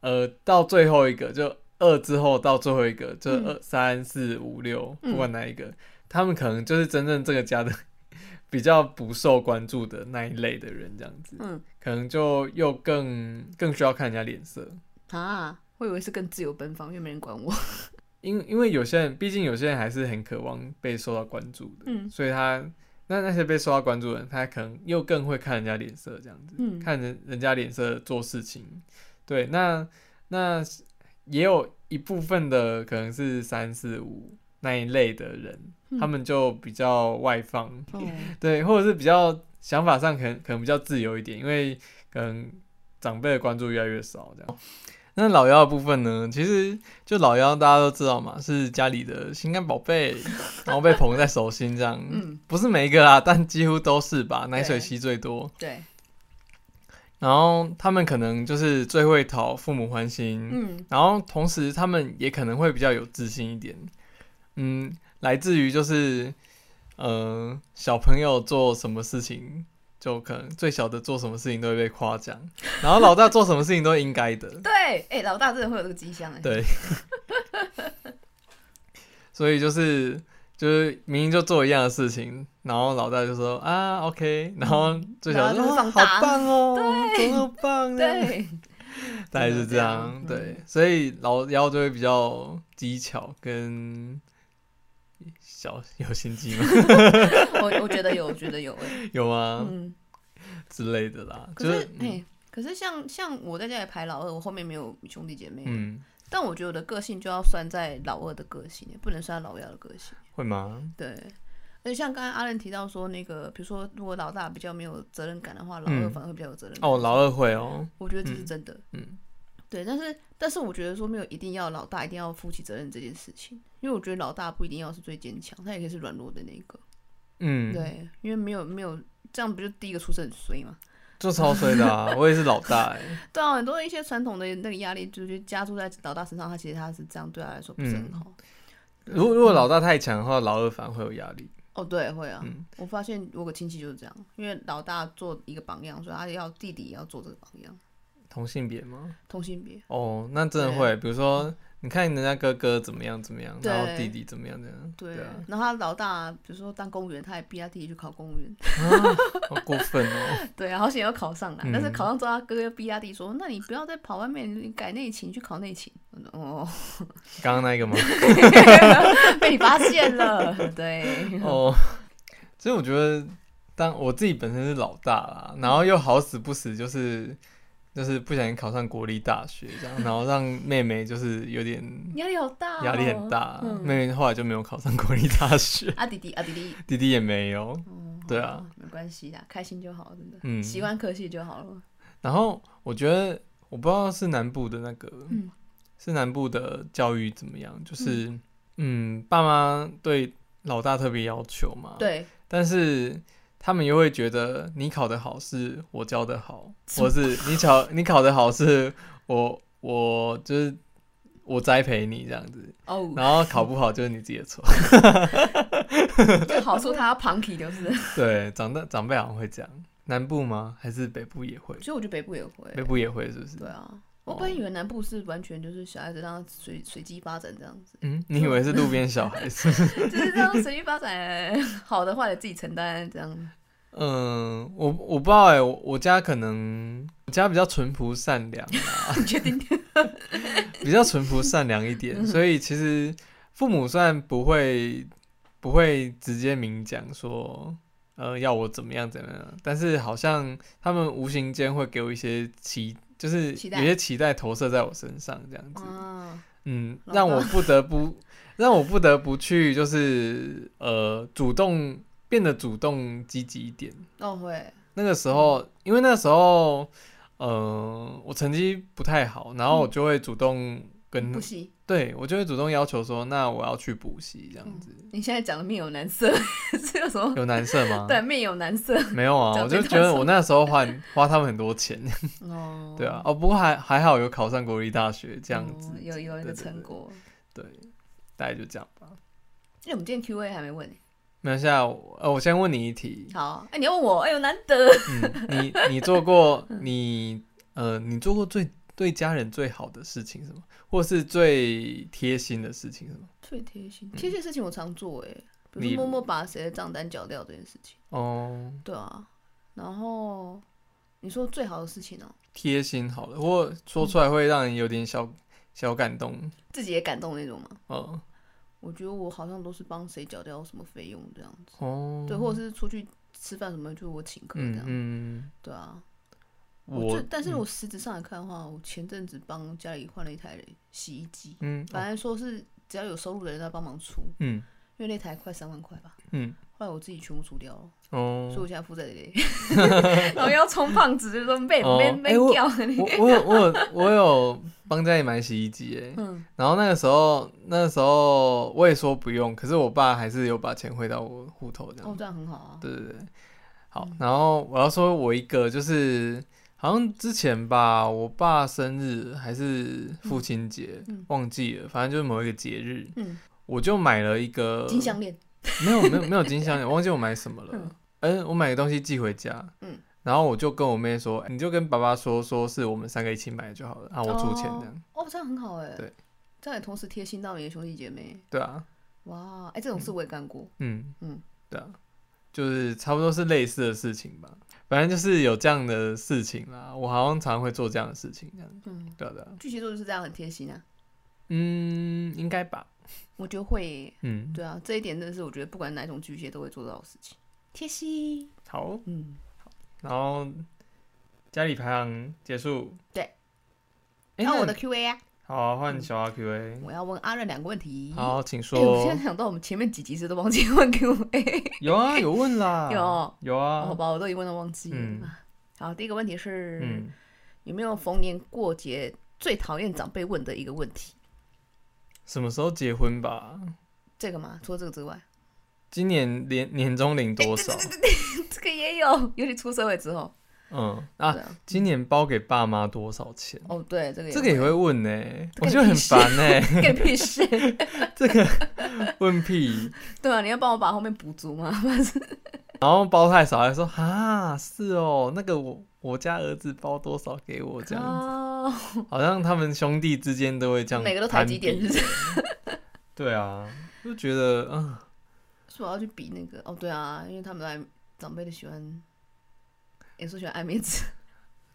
A: 呃到最后一个，就二之后到最后一个，就
B: 嗯
A: 二三四五六，
B: 嗯
A: 不管哪一个，他们可能就是真正这个家的 比较不受关注的那一类的人，这样子，
B: 嗯
A: 可能就又更更需要看人家脸色，
B: 啊，我以为是更自由奔放，因为没人管我，
A: 因因为有些人，毕竟有些人还是很渴望被受到关注的，
B: 嗯
A: 所以他。那那些被受到关注的人，他可能又更会看人家脸色，这样子。
B: 嗯
A: 看人人家脸色做事情。对，那那也有一部分的可能是三四五那一类的人，
B: 嗯
A: 他们就比较外放，
B: 哦
A: 对，或者是比较想法上可能可能比较自由一点，因为可能长辈的关注越来越少这样。那老幺的部分呢，其实就老幺大家都知道嘛，是家里的心肝宝贝，然后被捧在手心这样，
B: 嗯，
A: 不是每一个啦，但几乎都是吧，奶水
B: 对
A: 吸最多。
B: 对，
A: 然后他们可能就是最会讨父母欢心，
B: 嗯，
A: 然后同时他们也可能会比较有自信一点，嗯，来自于就是，呃，小朋友做什么事情，就可能最小的做什么事情都会被夸奖，然后老大做什么事情都应该的
B: 对，哎、老大真的会有这个迹象哎，
A: 对 所以就是就是明明就做一样的事情，然后老大就说啊 OK，然后最小就
B: 然后
A: 说、
B: 嗯就
A: 啊、
B: 放
A: 好
B: 大
A: 棒 哦，怎么那么棒呢？
B: 对，
A: 大概是这样，
B: 真的这样嗯
A: 对，所以老妖就会比较技巧跟小 有心 机吗？
B: 我我觉得有，我觉得有哎，
A: 有吗、
B: 嗯，
A: 之类的啦，
B: 可
A: 就是是嗯
B: 哎、可是像像我在家里排老二，我后面没有兄弟姐妹，
A: 嗯，
B: 但我觉得我的个性就要算在老二的个性，不能算老幺的个性。
A: 会吗？
B: 对，而且像刚才阿任提到说，那个比如说如果老大比较没有责任感的话，老二
A: 嗯
B: 反而会比较有责任感。
A: 哦，老二会哦，
B: 我觉得这是
A: 嗯
B: 真的。
A: 嗯，
B: 对，但是但是我觉得说没有一定要老大一定要负起责任这件事情，因为我觉得老大不一定要是最坚强，他也可以是软弱的那一个。
A: 嗯，，
B: 对，因为没有没有这样不就第一个出生很衰嘛？
A: 就超衰的 啊，我也是老大哎，
B: 对啊，很多一些传统的那个压力就是加注在老大身上，他其实他是这样对他来说不是很
A: 嗯
B: 好。
A: 如果如果老大太强的话，老二反而会有压力，
B: 哦，对，会啊，
A: 嗯
B: 我发现我有个亲戚就是这样，因为老大做一个榜样，所以他要弟弟也要做这个榜样，
A: 同性别吗？
B: 同性别。
A: 哦，那真的
B: 对
A: 会，比如说你看人家哥哥怎么样怎么样，然后
B: 对
A: 弟弟怎么样怎么 样，
B: 对，
A: 啊，
B: 然后他老大，比如说当公务员，他也逼他弟弟去考公务员，
A: 啊好过分哦，
B: 对啊，好险要考上啦！但是
A: 嗯
B: 考上之后，他哥哥又逼他弟说：“那你不要再跑外面，你改内勤去考内勤。”我说：“哦，
A: 刚刚那个吗？
B: 被你发现了。”对，
A: 哦， 其实我觉得，当我自己本身是老大啦，然后又好死不死就是就是不小心考上国立大学这样，然后让妹妹就是有点
B: 压力好大、
A: 压力很。大，
B: 嗯
A: 妹妹后来就没有考上国立大学，
B: 啊，弟弟啊，弟弟，
A: 弟弟也没有。
B: 哦，
A: 对啊，
B: 没关系啦，开心就好，真的，
A: 嗯
B: 习惯科系就好了。
A: 然后我觉得，我不知道是南部的那个，
B: 嗯
A: 是南部的教育怎么样，就是嗯爸妈对老大特别要求嘛，
B: 对，
A: 但是他们又会觉得你考得好是我教的好，或是你考你考得好是我我就是我栽培你这样子，
B: 哦，
A: 然后考不好就是你自己的 错。
B: 就好处他要 punky 就是，
A: 对，长大长辈好像会这样，南部吗？还是北部也会？
B: 所以我觉得北部也会
A: 北。部哦也会是不是？
B: 对啊，我本来以为南部是完全就是小孩子让他随随机发展 这样子，
A: 嗯，你以为是路边小孩是不是？
B: 就是这样随机发展， 好的坏的自己承担这样。
A: 嗯，我我不知道哎、我我家可能我家比较淳朴善良，啊
B: 你确定？
A: 比较淳朴善良一点，所以其实父母虽然不会不会直接明讲说，呃，要我怎么样怎么样，但是好像他们无形间会给我一些期，就是
B: 期
A: 有
B: 待
A: 些期待投射在我身上，这样子，
B: 啊，
A: 嗯，
B: 老
A: 让
B: 大
A: 我不得不让我不得不去就是呃主动变得主动积极一点。
B: 哦会，
A: 那个时候，因为那时候，呃，我成绩不太好，然
B: 嗯
A: 后我就会主动跟
B: 不行，
A: 对我就会主动要求说，那我要去补习这样子。
B: 你现在讲的面有难色， 是有什么？
A: 有男色吗？
B: 对，面有难 色。
A: 没有啊，我
B: 长辈
A: 就觉得我那时候花 花他们很多钱，
B: 哦
A: 对啊，，哦，不过还还好有考上国立大学这样子
B: 哦，有有一
A: 对对
B: 个成果。
A: 对，大概就这样吧。
B: 因为我们今天 Q&A 还没问你，
A: 那现在我呃，我先问你一题，
B: 好，哎，你要问我，哎呦难得，
A: 嗯，你你做 过
B: 嗯
A: 你呃，你做过最对家人最好的事情是什么，或是最贴心的事情是什么？
B: 最贴心，贴心的事情我常做，哎，比如
A: 嗯例
B: 说
A: 如
B: 默默把谁的账单缴掉这件事情，
A: 哦，
B: 对啊，然后你说最好的事情哦，
A: 贴心好了，或说出来会让人有点小小感动，
B: 自己也感动那种吗？
A: 嗯，
B: 我觉得我好像都是帮谁缴掉什么费用这样子，
A: 哦，
B: 对，或者是出去吃饭什么，就我请客这
A: 嗯
B: 样，
A: 嗯，
B: 对啊，
A: 我嗯
B: 这但是我实质上来看的话，我前阵子帮家里换了一台洗衣机，
A: 嗯
B: 本来说是只要有收入的人要帮忙出，
A: 嗯
B: 因为那台快三万块吧，
A: 嗯
B: 后来我自己全部除掉了，所以
A: 哦，
B: 我现在负债累累， 然后要充胖子，就说被
A: 哦
B: 被
A: 哎
B: 被
A: 我
B: 掉。
A: 我我有我有 我有帮家里买洗衣机诶，
B: 嗯，
A: 然后那个时候那时候我也说不用，可是我爸还是有把钱汇到我户头这样
B: 哦，这样很好啊。
A: 嗯对对对，好，
B: 嗯
A: 然后我要说我一个就是，好像之前吧，我爸生日还是父亲节，
B: 嗯
A: 忘记了，反正就是某一个节日，
B: 嗯，
A: 我就买了一个
B: 金项链，
A: 没有没有 没有金项链，忘记我买什么了
B: 嗯。
A: 嗯、我买个东西寄回家，
B: 嗯
A: 然后我就跟我妹说，欸你就跟爸爸说，说是我们三个一起买就好了，啊，我出钱这样，
B: 哦，这样很好哎。
A: 对，
B: 这样也同时贴心到你的兄弟姐妹。
A: 对啊，
B: 哇，哎，这种事我也干过。
A: 嗯
B: 嗯
A: 对啊，就是差不多是类似的事情吧，反正就是有这样的事情啦，我好像常会做这样的事情，这样，
B: 嗯，
A: 对啊对啊，
B: 巨蟹座就是这样很贴心啊，
A: 嗯，应该吧，
B: 我觉得会耶。
A: 嗯，
B: 对啊，这一点真的是我觉得不管哪种巨蟹都会做到的事情，贴心。
A: 好，
B: 嗯，
A: 然后家里排行结束，
B: 对
A: 诶，
B: 那我
A: 哎那
B: 的 Q&A 啊，
A: 好啊，换小阿 Q A，
B: 我要问阿任两个问题。
A: 好，请
B: 哎、我
A: 说
B: 现，在想到我们前面几集是都忘记问 Q&A，、
A: 有啊，有问啦，
B: 有哦
A: 有
B: 好
A: 啊，
B: 吧，我都已经问到忘记了。啊
A: 嗯
B: 好，第一个问题是、
A: 嗯，
B: 有没有逢年过节最讨厌长辈问的一个问题？
A: 什么时候结婚吧？
B: 这个吗？除了这个之外，
A: 今年年年终领多少？
B: 这个也有，尤其出社会之后
A: 嗯啊
B: 对，啊，
A: 今年包给爸妈多少钱？
B: 哦，对，这个
A: 这个也
B: 会
A: 会问呢、
B: 这
A: 我
B: 个
A: 觉得很
B: 屁事
A: 烦呢、
B: 干屁事？
A: 这个问屁，
B: 对啊，你要帮我把后面补足吗？
A: 然后包太少还说啊是哦，那个我我家儿子包多少给我 这样子，
B: 哦，
A: 好像他们兄弟之间都会这样，
B: 每个都抬几点，是？不是？
A: 对啊，就觉得嗯，
B: 说我要去比那个，哦，对啊，因为他们来长辈都喜欢，也说喜欢爱面子，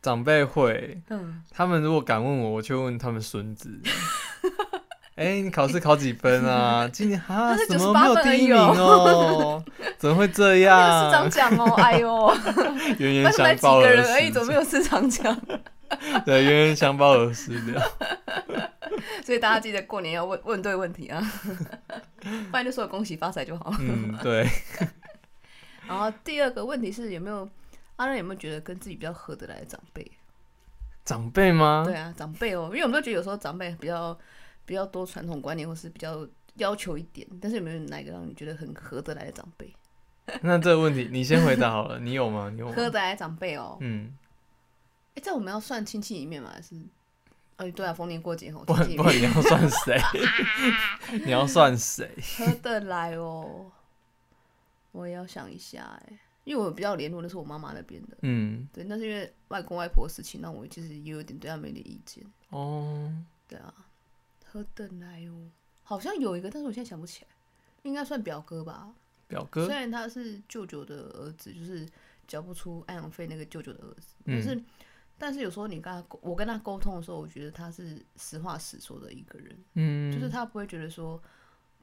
A: 长辈会，
B: 嗯，
A: 他们如果敢问我，我就问他们孙 子。哎、你考试考几分 啊？今年哈、
B: 他是
A: 怎么没有
B: 98分而
A: 第一
B: 已
A: 名哦？怎么会这
B: 那个市
A: 样
B: 长？奖哦，哎呦。
A: 冤
B: 那
A: 冤
B: 才
A: 相
B: 几
A: 报
B: 个
A: 而
B: 人而已，
A: 失
B: 怎么没有市场奖？
A: 对，冤冤相报而失这样。
B: 所以大家记得过年要问问对问题啊， 不然就说恭喜发财就好。
A: 嗯，对，
B: 然后第二个问题是有没有阿任有没有觉得跟自己比较合得来的长辈？
A: 长辈吗？
B: 对啊，长辈哦，因为我们都觉得有时候长辈比较比较多传统观念，或是比较要求一点，但是有没有哪一个让你觉得很合得来的长辈？
A: 那这个问题你先回答好了，你有吗？你有吗？啊
B: 合得来的长辈哦，
A: 嗯，
B: 哎，这我们要算亲戚里面嘛，还是？哎，对啊，逢年过节吼，
A: 不然
B: 亲戚里
A: 不
B: 面
A: 然你要算谁？ 你要算谁？
B: 合得来哦。我也要想一下哎，因为我比较联络的是我妈妈那边的，
A: 嗯，
B: 对，那是因为外公外婆的事情，那我其实也有点对他们有点意见，
A: 哦，
B: 对啊，合得来哦，好像有一个，但是我现在想不起来，应该算表哥吧，
A: 表哥
B: 虽，然他是舅舅的儿子，就是缴不出安养费那个舅舅的儿子，但是、
A: 嗯
B: 但是有时候你跟他沟我跟他沟通的时候，我觉得他是实话实说的一个人，
A: 嗯，
B: 就是他不会觉得说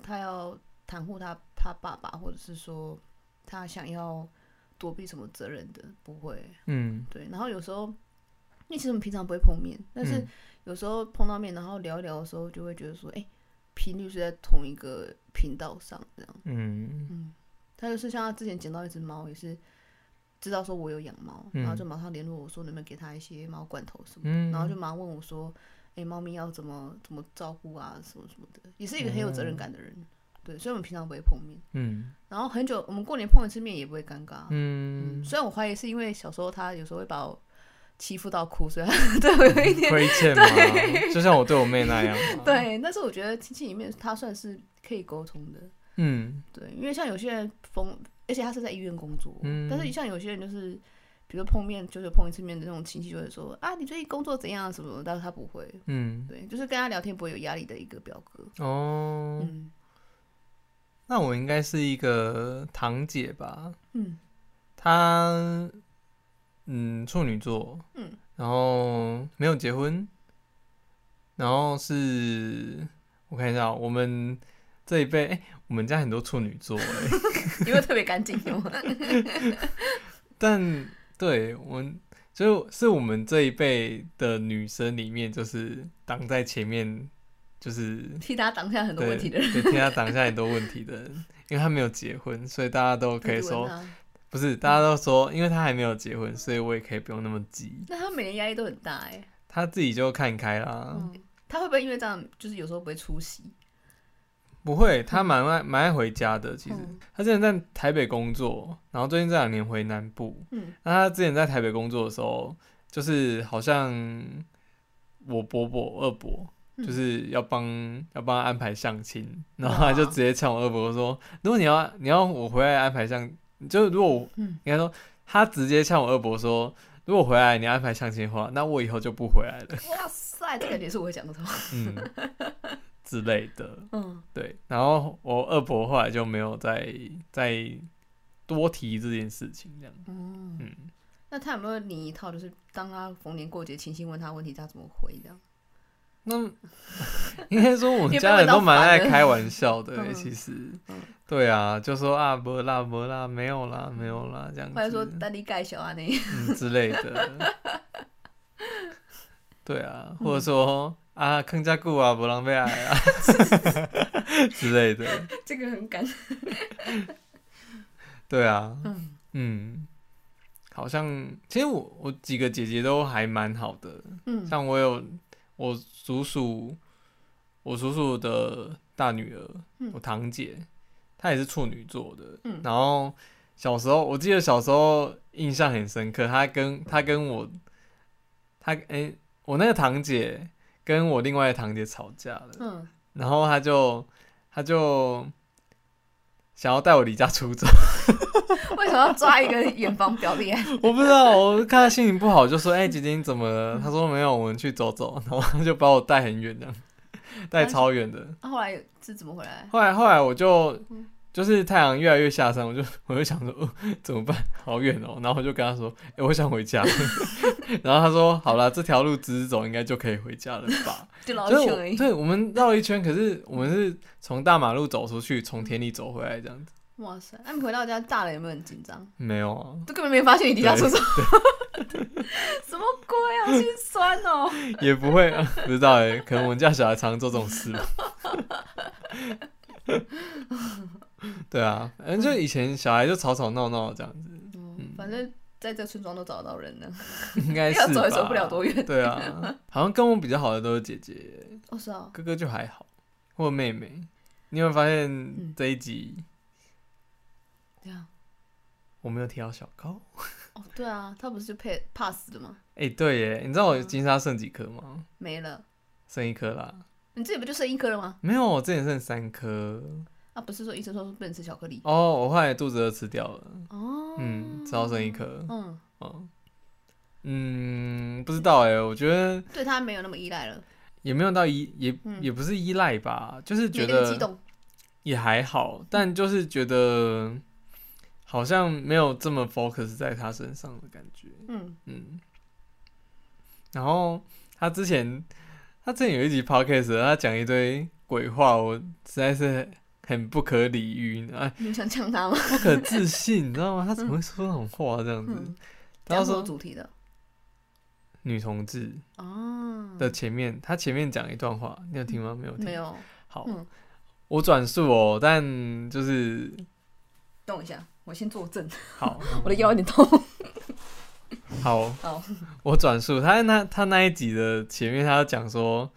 B: 他要袒护他他爸爸，或者是说他想要躲避什么责任的，不会。
A: 嗯，
B: 对，然后有时候，因为其实我们平常不会碰面，但是
A: 嗯
B: 有时候碰到面，然后聊一聊的时候，就会觉得说，哎、频率是在同一个频道上，这样。
A: 嗯，
B: 嗯，他就是像他之前捡到一只猫，也是知道说我有养猫，
A: 嗯
B: 然后就马上联络我说能不能给他一些猫罐头什么的
A: 嗯，
B: 然后就马上问我说：“哎、猫咪要怎么怎么照顾啊，什么什么的，也是一个很有责任感的
A: 哦
B: 人。对，所以我们平常不会碰面，
A: 嗯，
B: 然后很久我们过年碰一次面也不会尴尬。
A: 嗯，
B: 虽然我怀疑是因为小时候他有时候会把我欺负到哭，所以他 对我有一点
A: 亏 欠吗？就像我对我妹那样嘛。，
B: 对，但是我觉得亲戚里面他算是可以沟通的，
A: 嗯，
B: 对，因为像有些人逢，而且他是在医院工作，
A: 嗯
B: 但是像有些人就是。比如说碰面，久久碰一次面的那种亲戚，就会说啊，你最近工作怎样啊什么的，但是他不会，
A: 嗯，
B: 对，就是跟他聊天不会有压力的一个表哥。
A: 哦，
B: 嗯
A: 那我应该是一个堂姐吧？
B: 嗯
A: 她，嗯，处女座，
B: 嗯，
A: 然后没有结婚，然后是我看一下哦，我们这一辈，哎、我们家很多处女座、哎，
B: 有嗯没有特别干净有吗？
A: 但对我们就是我们这一辈的女生里面，就是挡在前面就是
B: 替他挡下很多
A: 对
B: 问题的人，
A: 对，替他挡下很多问题的人，因为他没有结婚，所以大家都可以
B: 很多
A: 说
B: 人啊
A: 不是，大家都说，因为他还没有结婚，所以我也可以不用那么急，
B: 那他每年压力都很大哎。
A: 他自己就看开啦。
B: 嗯，他会不会因为这样，就是有时候不会出席？
A: 不会，他蛮爱蛮爱回家的。其实、
B: 嗯
A: 他之前在台北工作，然后最近这两年回南部。
B: 嗯，
A: 那他之前在台北工作的时候，就是好像我伯伯二伯。
B: 嗯
A: 就是要帮要帮他安排相亲，然后他就
B: 哇
A: 直接呛我二伯说：“如果你要你要我回来安排相，就是如果我
B: 嗯
A: 应该说他直接呛我二伯说，如果回来你安排相亲的话，那我以后就不回来 了，
B: 哇塞，这感觉是我会讲的话。
A: 嗯之类的。”
B: 嗯，
A: 对，然后我二伯后来就没有再再多提这件事情，这样。
B: 哦，
A: 嗯，
B: 那他有没有你一套，就是当他逢年过节亲戚问他问题，他怎么回这样？
A: 那应该说我们
B: 你也被
A: 家
B: 问
A: 人
B: 到
A: 都蛮
B: 烦
A: 爱
B: 了
A: 开玩笑的、欸，
B: 嗯
A: 其实
B: 嗯。
A: 对啊，就说啊，没啦，没啦，没有啦，没有啦，这样
B: 或者说
A: 子，
B: 丹尼盖小啊那，
A: 嗯之类的。对啊，
B: 嗯
A: 或者说、啊，坑家顾啊，不浪费爱啊 之类的。
B: 这个很感
A: 对啊，
B: 嗯
A: 嗯，好像其实我我几个姐姐都还蛮好的，
B: 嗯
A: 像我有我叔叔，我叔叔的大女儿，
B: 嗯
A: 我堂姐，她也是处女座的。
B: 嗯
A: 然后小时候，我记得小时候印象很深刻，她跟她跟我，她诶、我那个堂姐跟我另外的堂姐吵架了，
B: 嗯，
A: 然后她就她就想要带我离家出走。
B: 为什么要抓一个远房表弟？啊
A: 我不知道，我看他心情不好，就说：“哎、姐姐你怎么了？”他说：“没有，我们去走走。” 然后他就把我带很远，这样带超远的。
B: 那后来是怎么回来？
A: 后来后来我就
B: 嗯
A: 就是太阳越来越下山，我就我就想说、呃怎么办？好远哦。然后我就跟他说：“哎、我想回家。”然后他说：“好了，这条路直直走应该就可以回家了吧
B: 就？”老
A: 就是
B: 穷
A: 我
B: 而已。
A: 对我们绕了一圈，可是我们是从大马路走出去，从田里走回来这样子。
B: 哇塞，那你回到家炸了有没有很紧张？
A: 没有啊，
B: 就根本没发现你离家出走。 什么鬼啊，好心酸 哦！
A: 也不会，啊不知道哎、可能我们家小孩常做这种事吧。 对啊，反正就以前小孩就吵吵闹闹这样 子，
B: 嗯反正在这村庄都找得到人呢。
A: 应该是
B: 要走也
A: 吧
B: 走不了 多远
A: 对啊，好像跟我比较好的都是姐姐，
B: 哦，是哦，
A: 哥哥就还好，或妹妹。你有没有发
B: 嗯
A: 现这一集
B: 这样。
A: 我没有提到小高？
B: 哦，对啊，他不是就配 pass 的吗？
A: 哎、对耶，你知道我
B: 嗯
A: 金沙剩几颗吗？
B: 没了，
A: 剩一颗啦，
B: 你自己不就剩一颗了吗？
A: 没有，我之前剩三颗。
B: 啊，不是说医生说不能吃巧克力
A: 哦，我后来肚子饿吃掉了，
B: 哦。
A: 嗯，只好剩一颗。
B: 嗯，
A: 哦，嗯，不知道哎、我觉得
B: 对他没有那么依赖了，
A: 也没有到依，也、
B: 嗯
A: 也不是依赖吧，就是觉
B: 没那么激
A: 得
B: 动。
A: 也还好，但就是觉得好像没有这么 focus 在他身上的感觉，
B: 嗯，
A: 嗯。然后他之前，他之前有一集 podcast，他讲一堆鬼话，我实在是很不可理喻，啊，
B: 你想呛他吗？
A: 不可置信，你知道吗？他怎么会说那种话这样子？
B: 嗯，
A: 他
B: 讲什
A: 说
B: 么主题的？
A: 女同志，
B: 哦，
A: 的前面，他前面讲一段话，你有听吗？没有听。
B: 嗯没。有，
A: 好，
B: 嗯
A: 我转述哦，但 就是
B: 动一下，我先坐正，
A: 好，
B: 我的腰有点痛。
A: 好，
B: 好，
A: 我转述他那他那一集的前面，他讲说，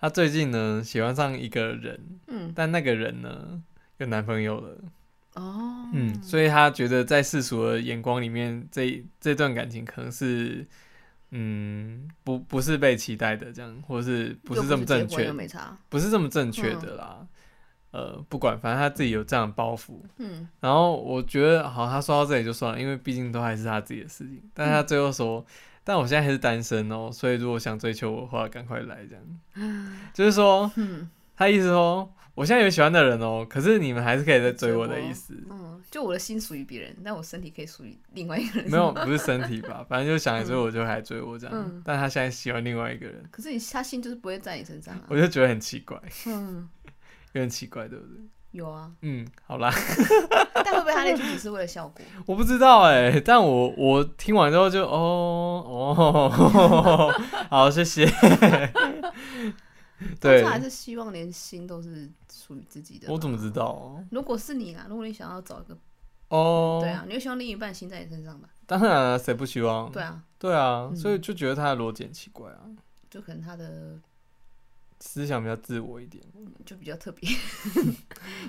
A: 他最近呢喜欢上一个人，
B: 嗯，
A: 但那个人呢有男朋友了，
B: 哦，
A: 嗯，所以他觉得在世俗的眼光里面，这这段感情可能是。嗯，不不是被期待的这样，或是不
B: 又
A: 是这么
B: 结
A: 正
B: 婚
A: 确
B: 又，没差。
A: 不是这么正确的啦。呃，不管，反正他自己有这样的包袱。
B: 嗯，
A: 然后我觉得，好，他说到这里就算了，因为毕竟都还是他自己的事情。但
B: 嗯
A: 他最后说，但我现在还是单身哦，所以如果想追求我的话，赶快来这样。 就是说，
B: 嗯
A: 他意思说，我现在有喜欢的人哦，可是你们还是可以再追我的意思。
B: 嗯，就我的心属于别人，但我身体可以属于另外一个人。
A: 没有，不是身体 吧，反正就想来追我就还追我这样。
B: 嗯
A: 但他现在喜欢另外一个人，
B: 可是你他心就是不会在你身上啊
A: 我。就觉得很奇怪，
B: 嗯，
A: 有点奇怪，对不对？
B: 有啊，
A: 嗯，好啦，
B: 但会不会他那句只是为了效果？
A: 我不知道哎、但我我听完之后就 哦哦，好谢谢，
B: 大
A: 对
B: 家还是希望连心都是属于自己的吧。
A: 我怎么知道啊？
B: 如果是你啦，如果你想要找一个，
A: 哦，
B: 对啊，你会希望另一半心在你身上吧？
A: 当然啊谁不希望？
B: 对啊，
A: 对啊，
B: 嗯
A: 所以就觉得他的逻辑很奇怪啊，
B: 就可能他的
A: 思想比较自我一点，
B: 就比较 特别，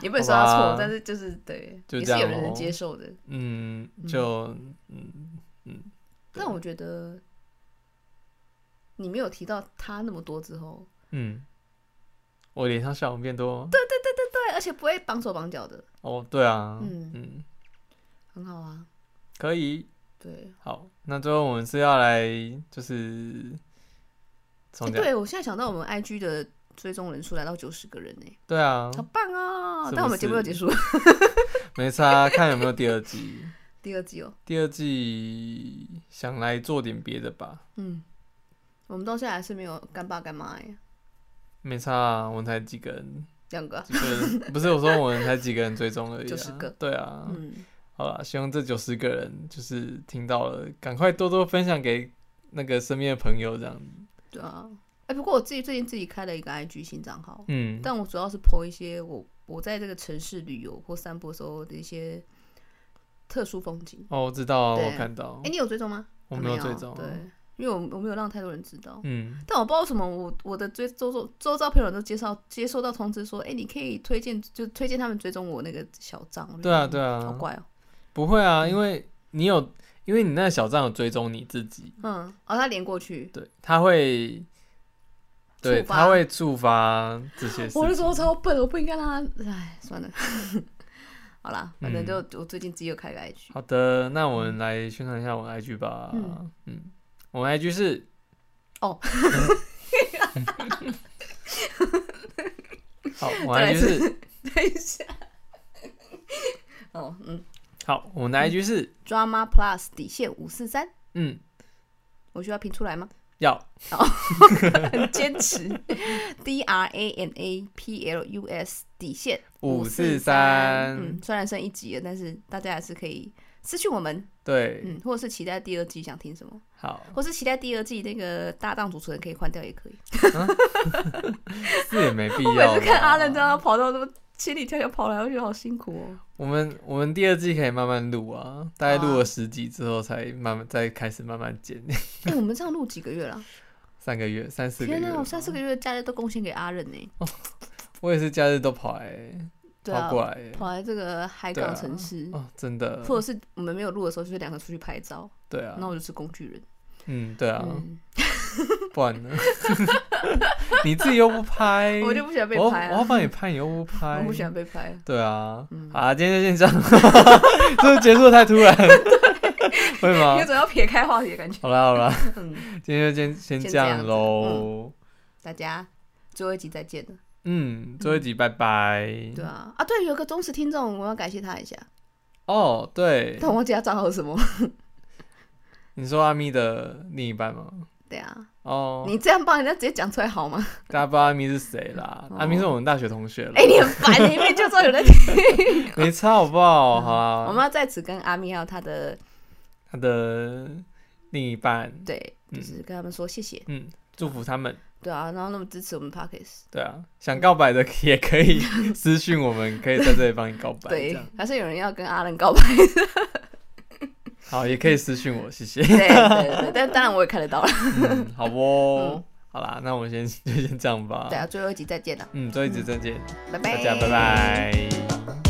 B: 也不能说他
A: 好吧
B: 错，但是就是对，
A: 就
B: 也
A: 这
B: 是
A: 样
B: 有人能
A: 咯
B: 接受的。
A: 嗯，
B: 嗯
A: 就嗯嗯，对
B: 但我觉得你没有提到他那么多之后，
A: 嗯，我脸上笑容变多吗？对，
B: 对，而且不会绑手绑脚的，
A: 哦，对啊，
B: 嗯
A: 嗯，
B: 很好啊。
A: 可以，
B: 对，
A: 好，那最后我们是要来就是
B: 欸
A: 从讲，
B: 对我现在想到我们 IG 的追踪人数来到九十个人呢、
A: 对啊，
B: 好棒哦！
A: 是不
B: 但我们节目
A: 是
B: 要结束了，
A: 没差，啊 看有没有第二季。
B: 第二季哦。
A: 第二季想来做点别的吧，
B: 嗯，我们到现在还是没有干爸干妈耶，
A: 没差、啊，我们才几个人，
B: 两个啊。
A: 几个人不是我说我们才几个人追踪而已、啊，
B: 90个
A: 对啊，
B: 嗯，
A: 好啦，希望这九十个人就是听到了，赶快多多分享给那个身边的朋友，这样子，
B: 对啊。哎、不过我自己最近自己开了一个 IG 新账号，
A: 嗯，
B: 但我主要是 po 一些我我在这个城市旅游或散步的时候的一些特殊风景。
A: 哦，我知道啊，
B: 对
A: 我看到
B: 哎、，你有追啊踪吗？
A: 我
B: 还
A: 没
B: 没
A: 有追踪，
B: 对，因为我我没有让太多人知道。
A: 嗯，
B: 但我不知道为什么我我的追周周周遭朋友都接绍接收到通知说，哎、你可以推荐就推荐他们追踪我那个小账。我就
A: 对啊，
B: 觉得
A: 对啊，
B: 好怪哦、
A: 不会啊，因为你有，因为你那个小站有追踪你自己，
B: 嗯，哦，他连过去，
A: 对，他会，对，
B: 触发
A: 他会触发这些事
B: 我那时
A: 情，
B: 候超笨，我不应该让他，哎，算了， 好啦，反
A: 嗯
B: 正就、我最近自己有开个 IG，
A: 好的，那我们来宣传一下我们 IG 吧。嗯
B: 嗯
A: 我们 IG 是
B: 哦，
A: 好，我们
B: 再来一
A: IG
B: 次
A: 是
B: 等一下，哦，嗯
A: 好，我们的 IG 是
B: ，Drama Plus 底线五四三，
A: 嗯，
B: 我需要拼出 来吗？
A: 要
B: 很坚持，D R A N A P L U S 底线
A: 五四
B: 543
A: 三，
B: 嗯，虽然剩一集了，但是大家还是可以私讯我们，
A: 对，
B: 嗯，或者是期待第二季想听什么，
A: 好，
B: 或是期待第二季那个搭档主持人可以换掉也可以。
A: 这也 没必
B: 我
A: 要啊吧。
B: 每次看阿任这样跑到那么千里迢迢跑来，我觉得好辛苦 哦。
A: 我们我们第二季可以慢慢录啊，大概
B: 好啊
A: 录了十集之后才慢慢再开始慢慢剪，
B: 哎、我们这样录几个月了？
A: 三个月、三四个
B: 天
A: 月啊
B: 哪，
A: 吧
B: 我。三四个月的假日都贡献给阿任呢、
A: 我也是假日都跑来
B: 对
A: 跑
B: 啊，
A: 过来欸，
B: 跑来这个海
A: 对啊
B: 港城市，
A: 哦，真的，
B: 或者是我们没有录的时候，就是两个出去拍照，
A: 对啊
B: 那、，我就是工具人。
A: 嗯，对啊，
B: 嗯，
A: 不然呢？ 你自己又不拍，
B: 我就不喜欢被
A: 我要
B: 拍
A: 我要
B: 啊，
A: 帮你拍，你又不拍，
B: 我不喜欢被拍。
A: 对啊，
B: 嗯
A: 好啊，今天就先这样， 这结束得太突 然，会吗
B: 有？种要撇开话题的感觉。
A: 好啦好啦，
B: 嗯，
A: 今天就先先
B: 先
A: 这
B: 这样
A: 样
B: 子
A: 喽。
B: 大家最后一集再见了。
A: 嗯，最后一集拜拜。
B: 对啊，啊对，有个忠实听众，我要感谢他一下，
A: 哦，对
B: 但，我忘记他账号是什么。
A: 你说阿咪的另一半吗？
B: 对啊，
A: 哦，
B: 你这样帮人家直接讲出来好 吗？
A: 大家不知道阿咪是谁啦？
B: 哦
A: 阿咪是我们大学同学啦
B: 哎、，你很烦，你明明就知道 有人在
A: 没差好不好？好
B: 我
A: 啊，
B: 们要在此跟阿咪还有他的
A: 他的另一半，
B: 对，
A: 嗯
B: 就是跟他们说谢谢，
A: 嗯，祝福他们。
B: 对啊，然后那么支持我们 Pockets，
A: 对啊，想告白的也可以私讯我们，可以在这里帮你告白。这
B: 对
A: 样，
B: 还是有人要跟阿伦告白，
A: 好，也可以私讯我，谢谢。
B: 对对对，但当然我也看得到了，
A: 嗯，好哦，好啦，那我们先就先这样吧。
B: 啊对啊，最后一集再见了，
A: 嗯，最后一集再见，大
B: 拜拜，
A: 家拜拜。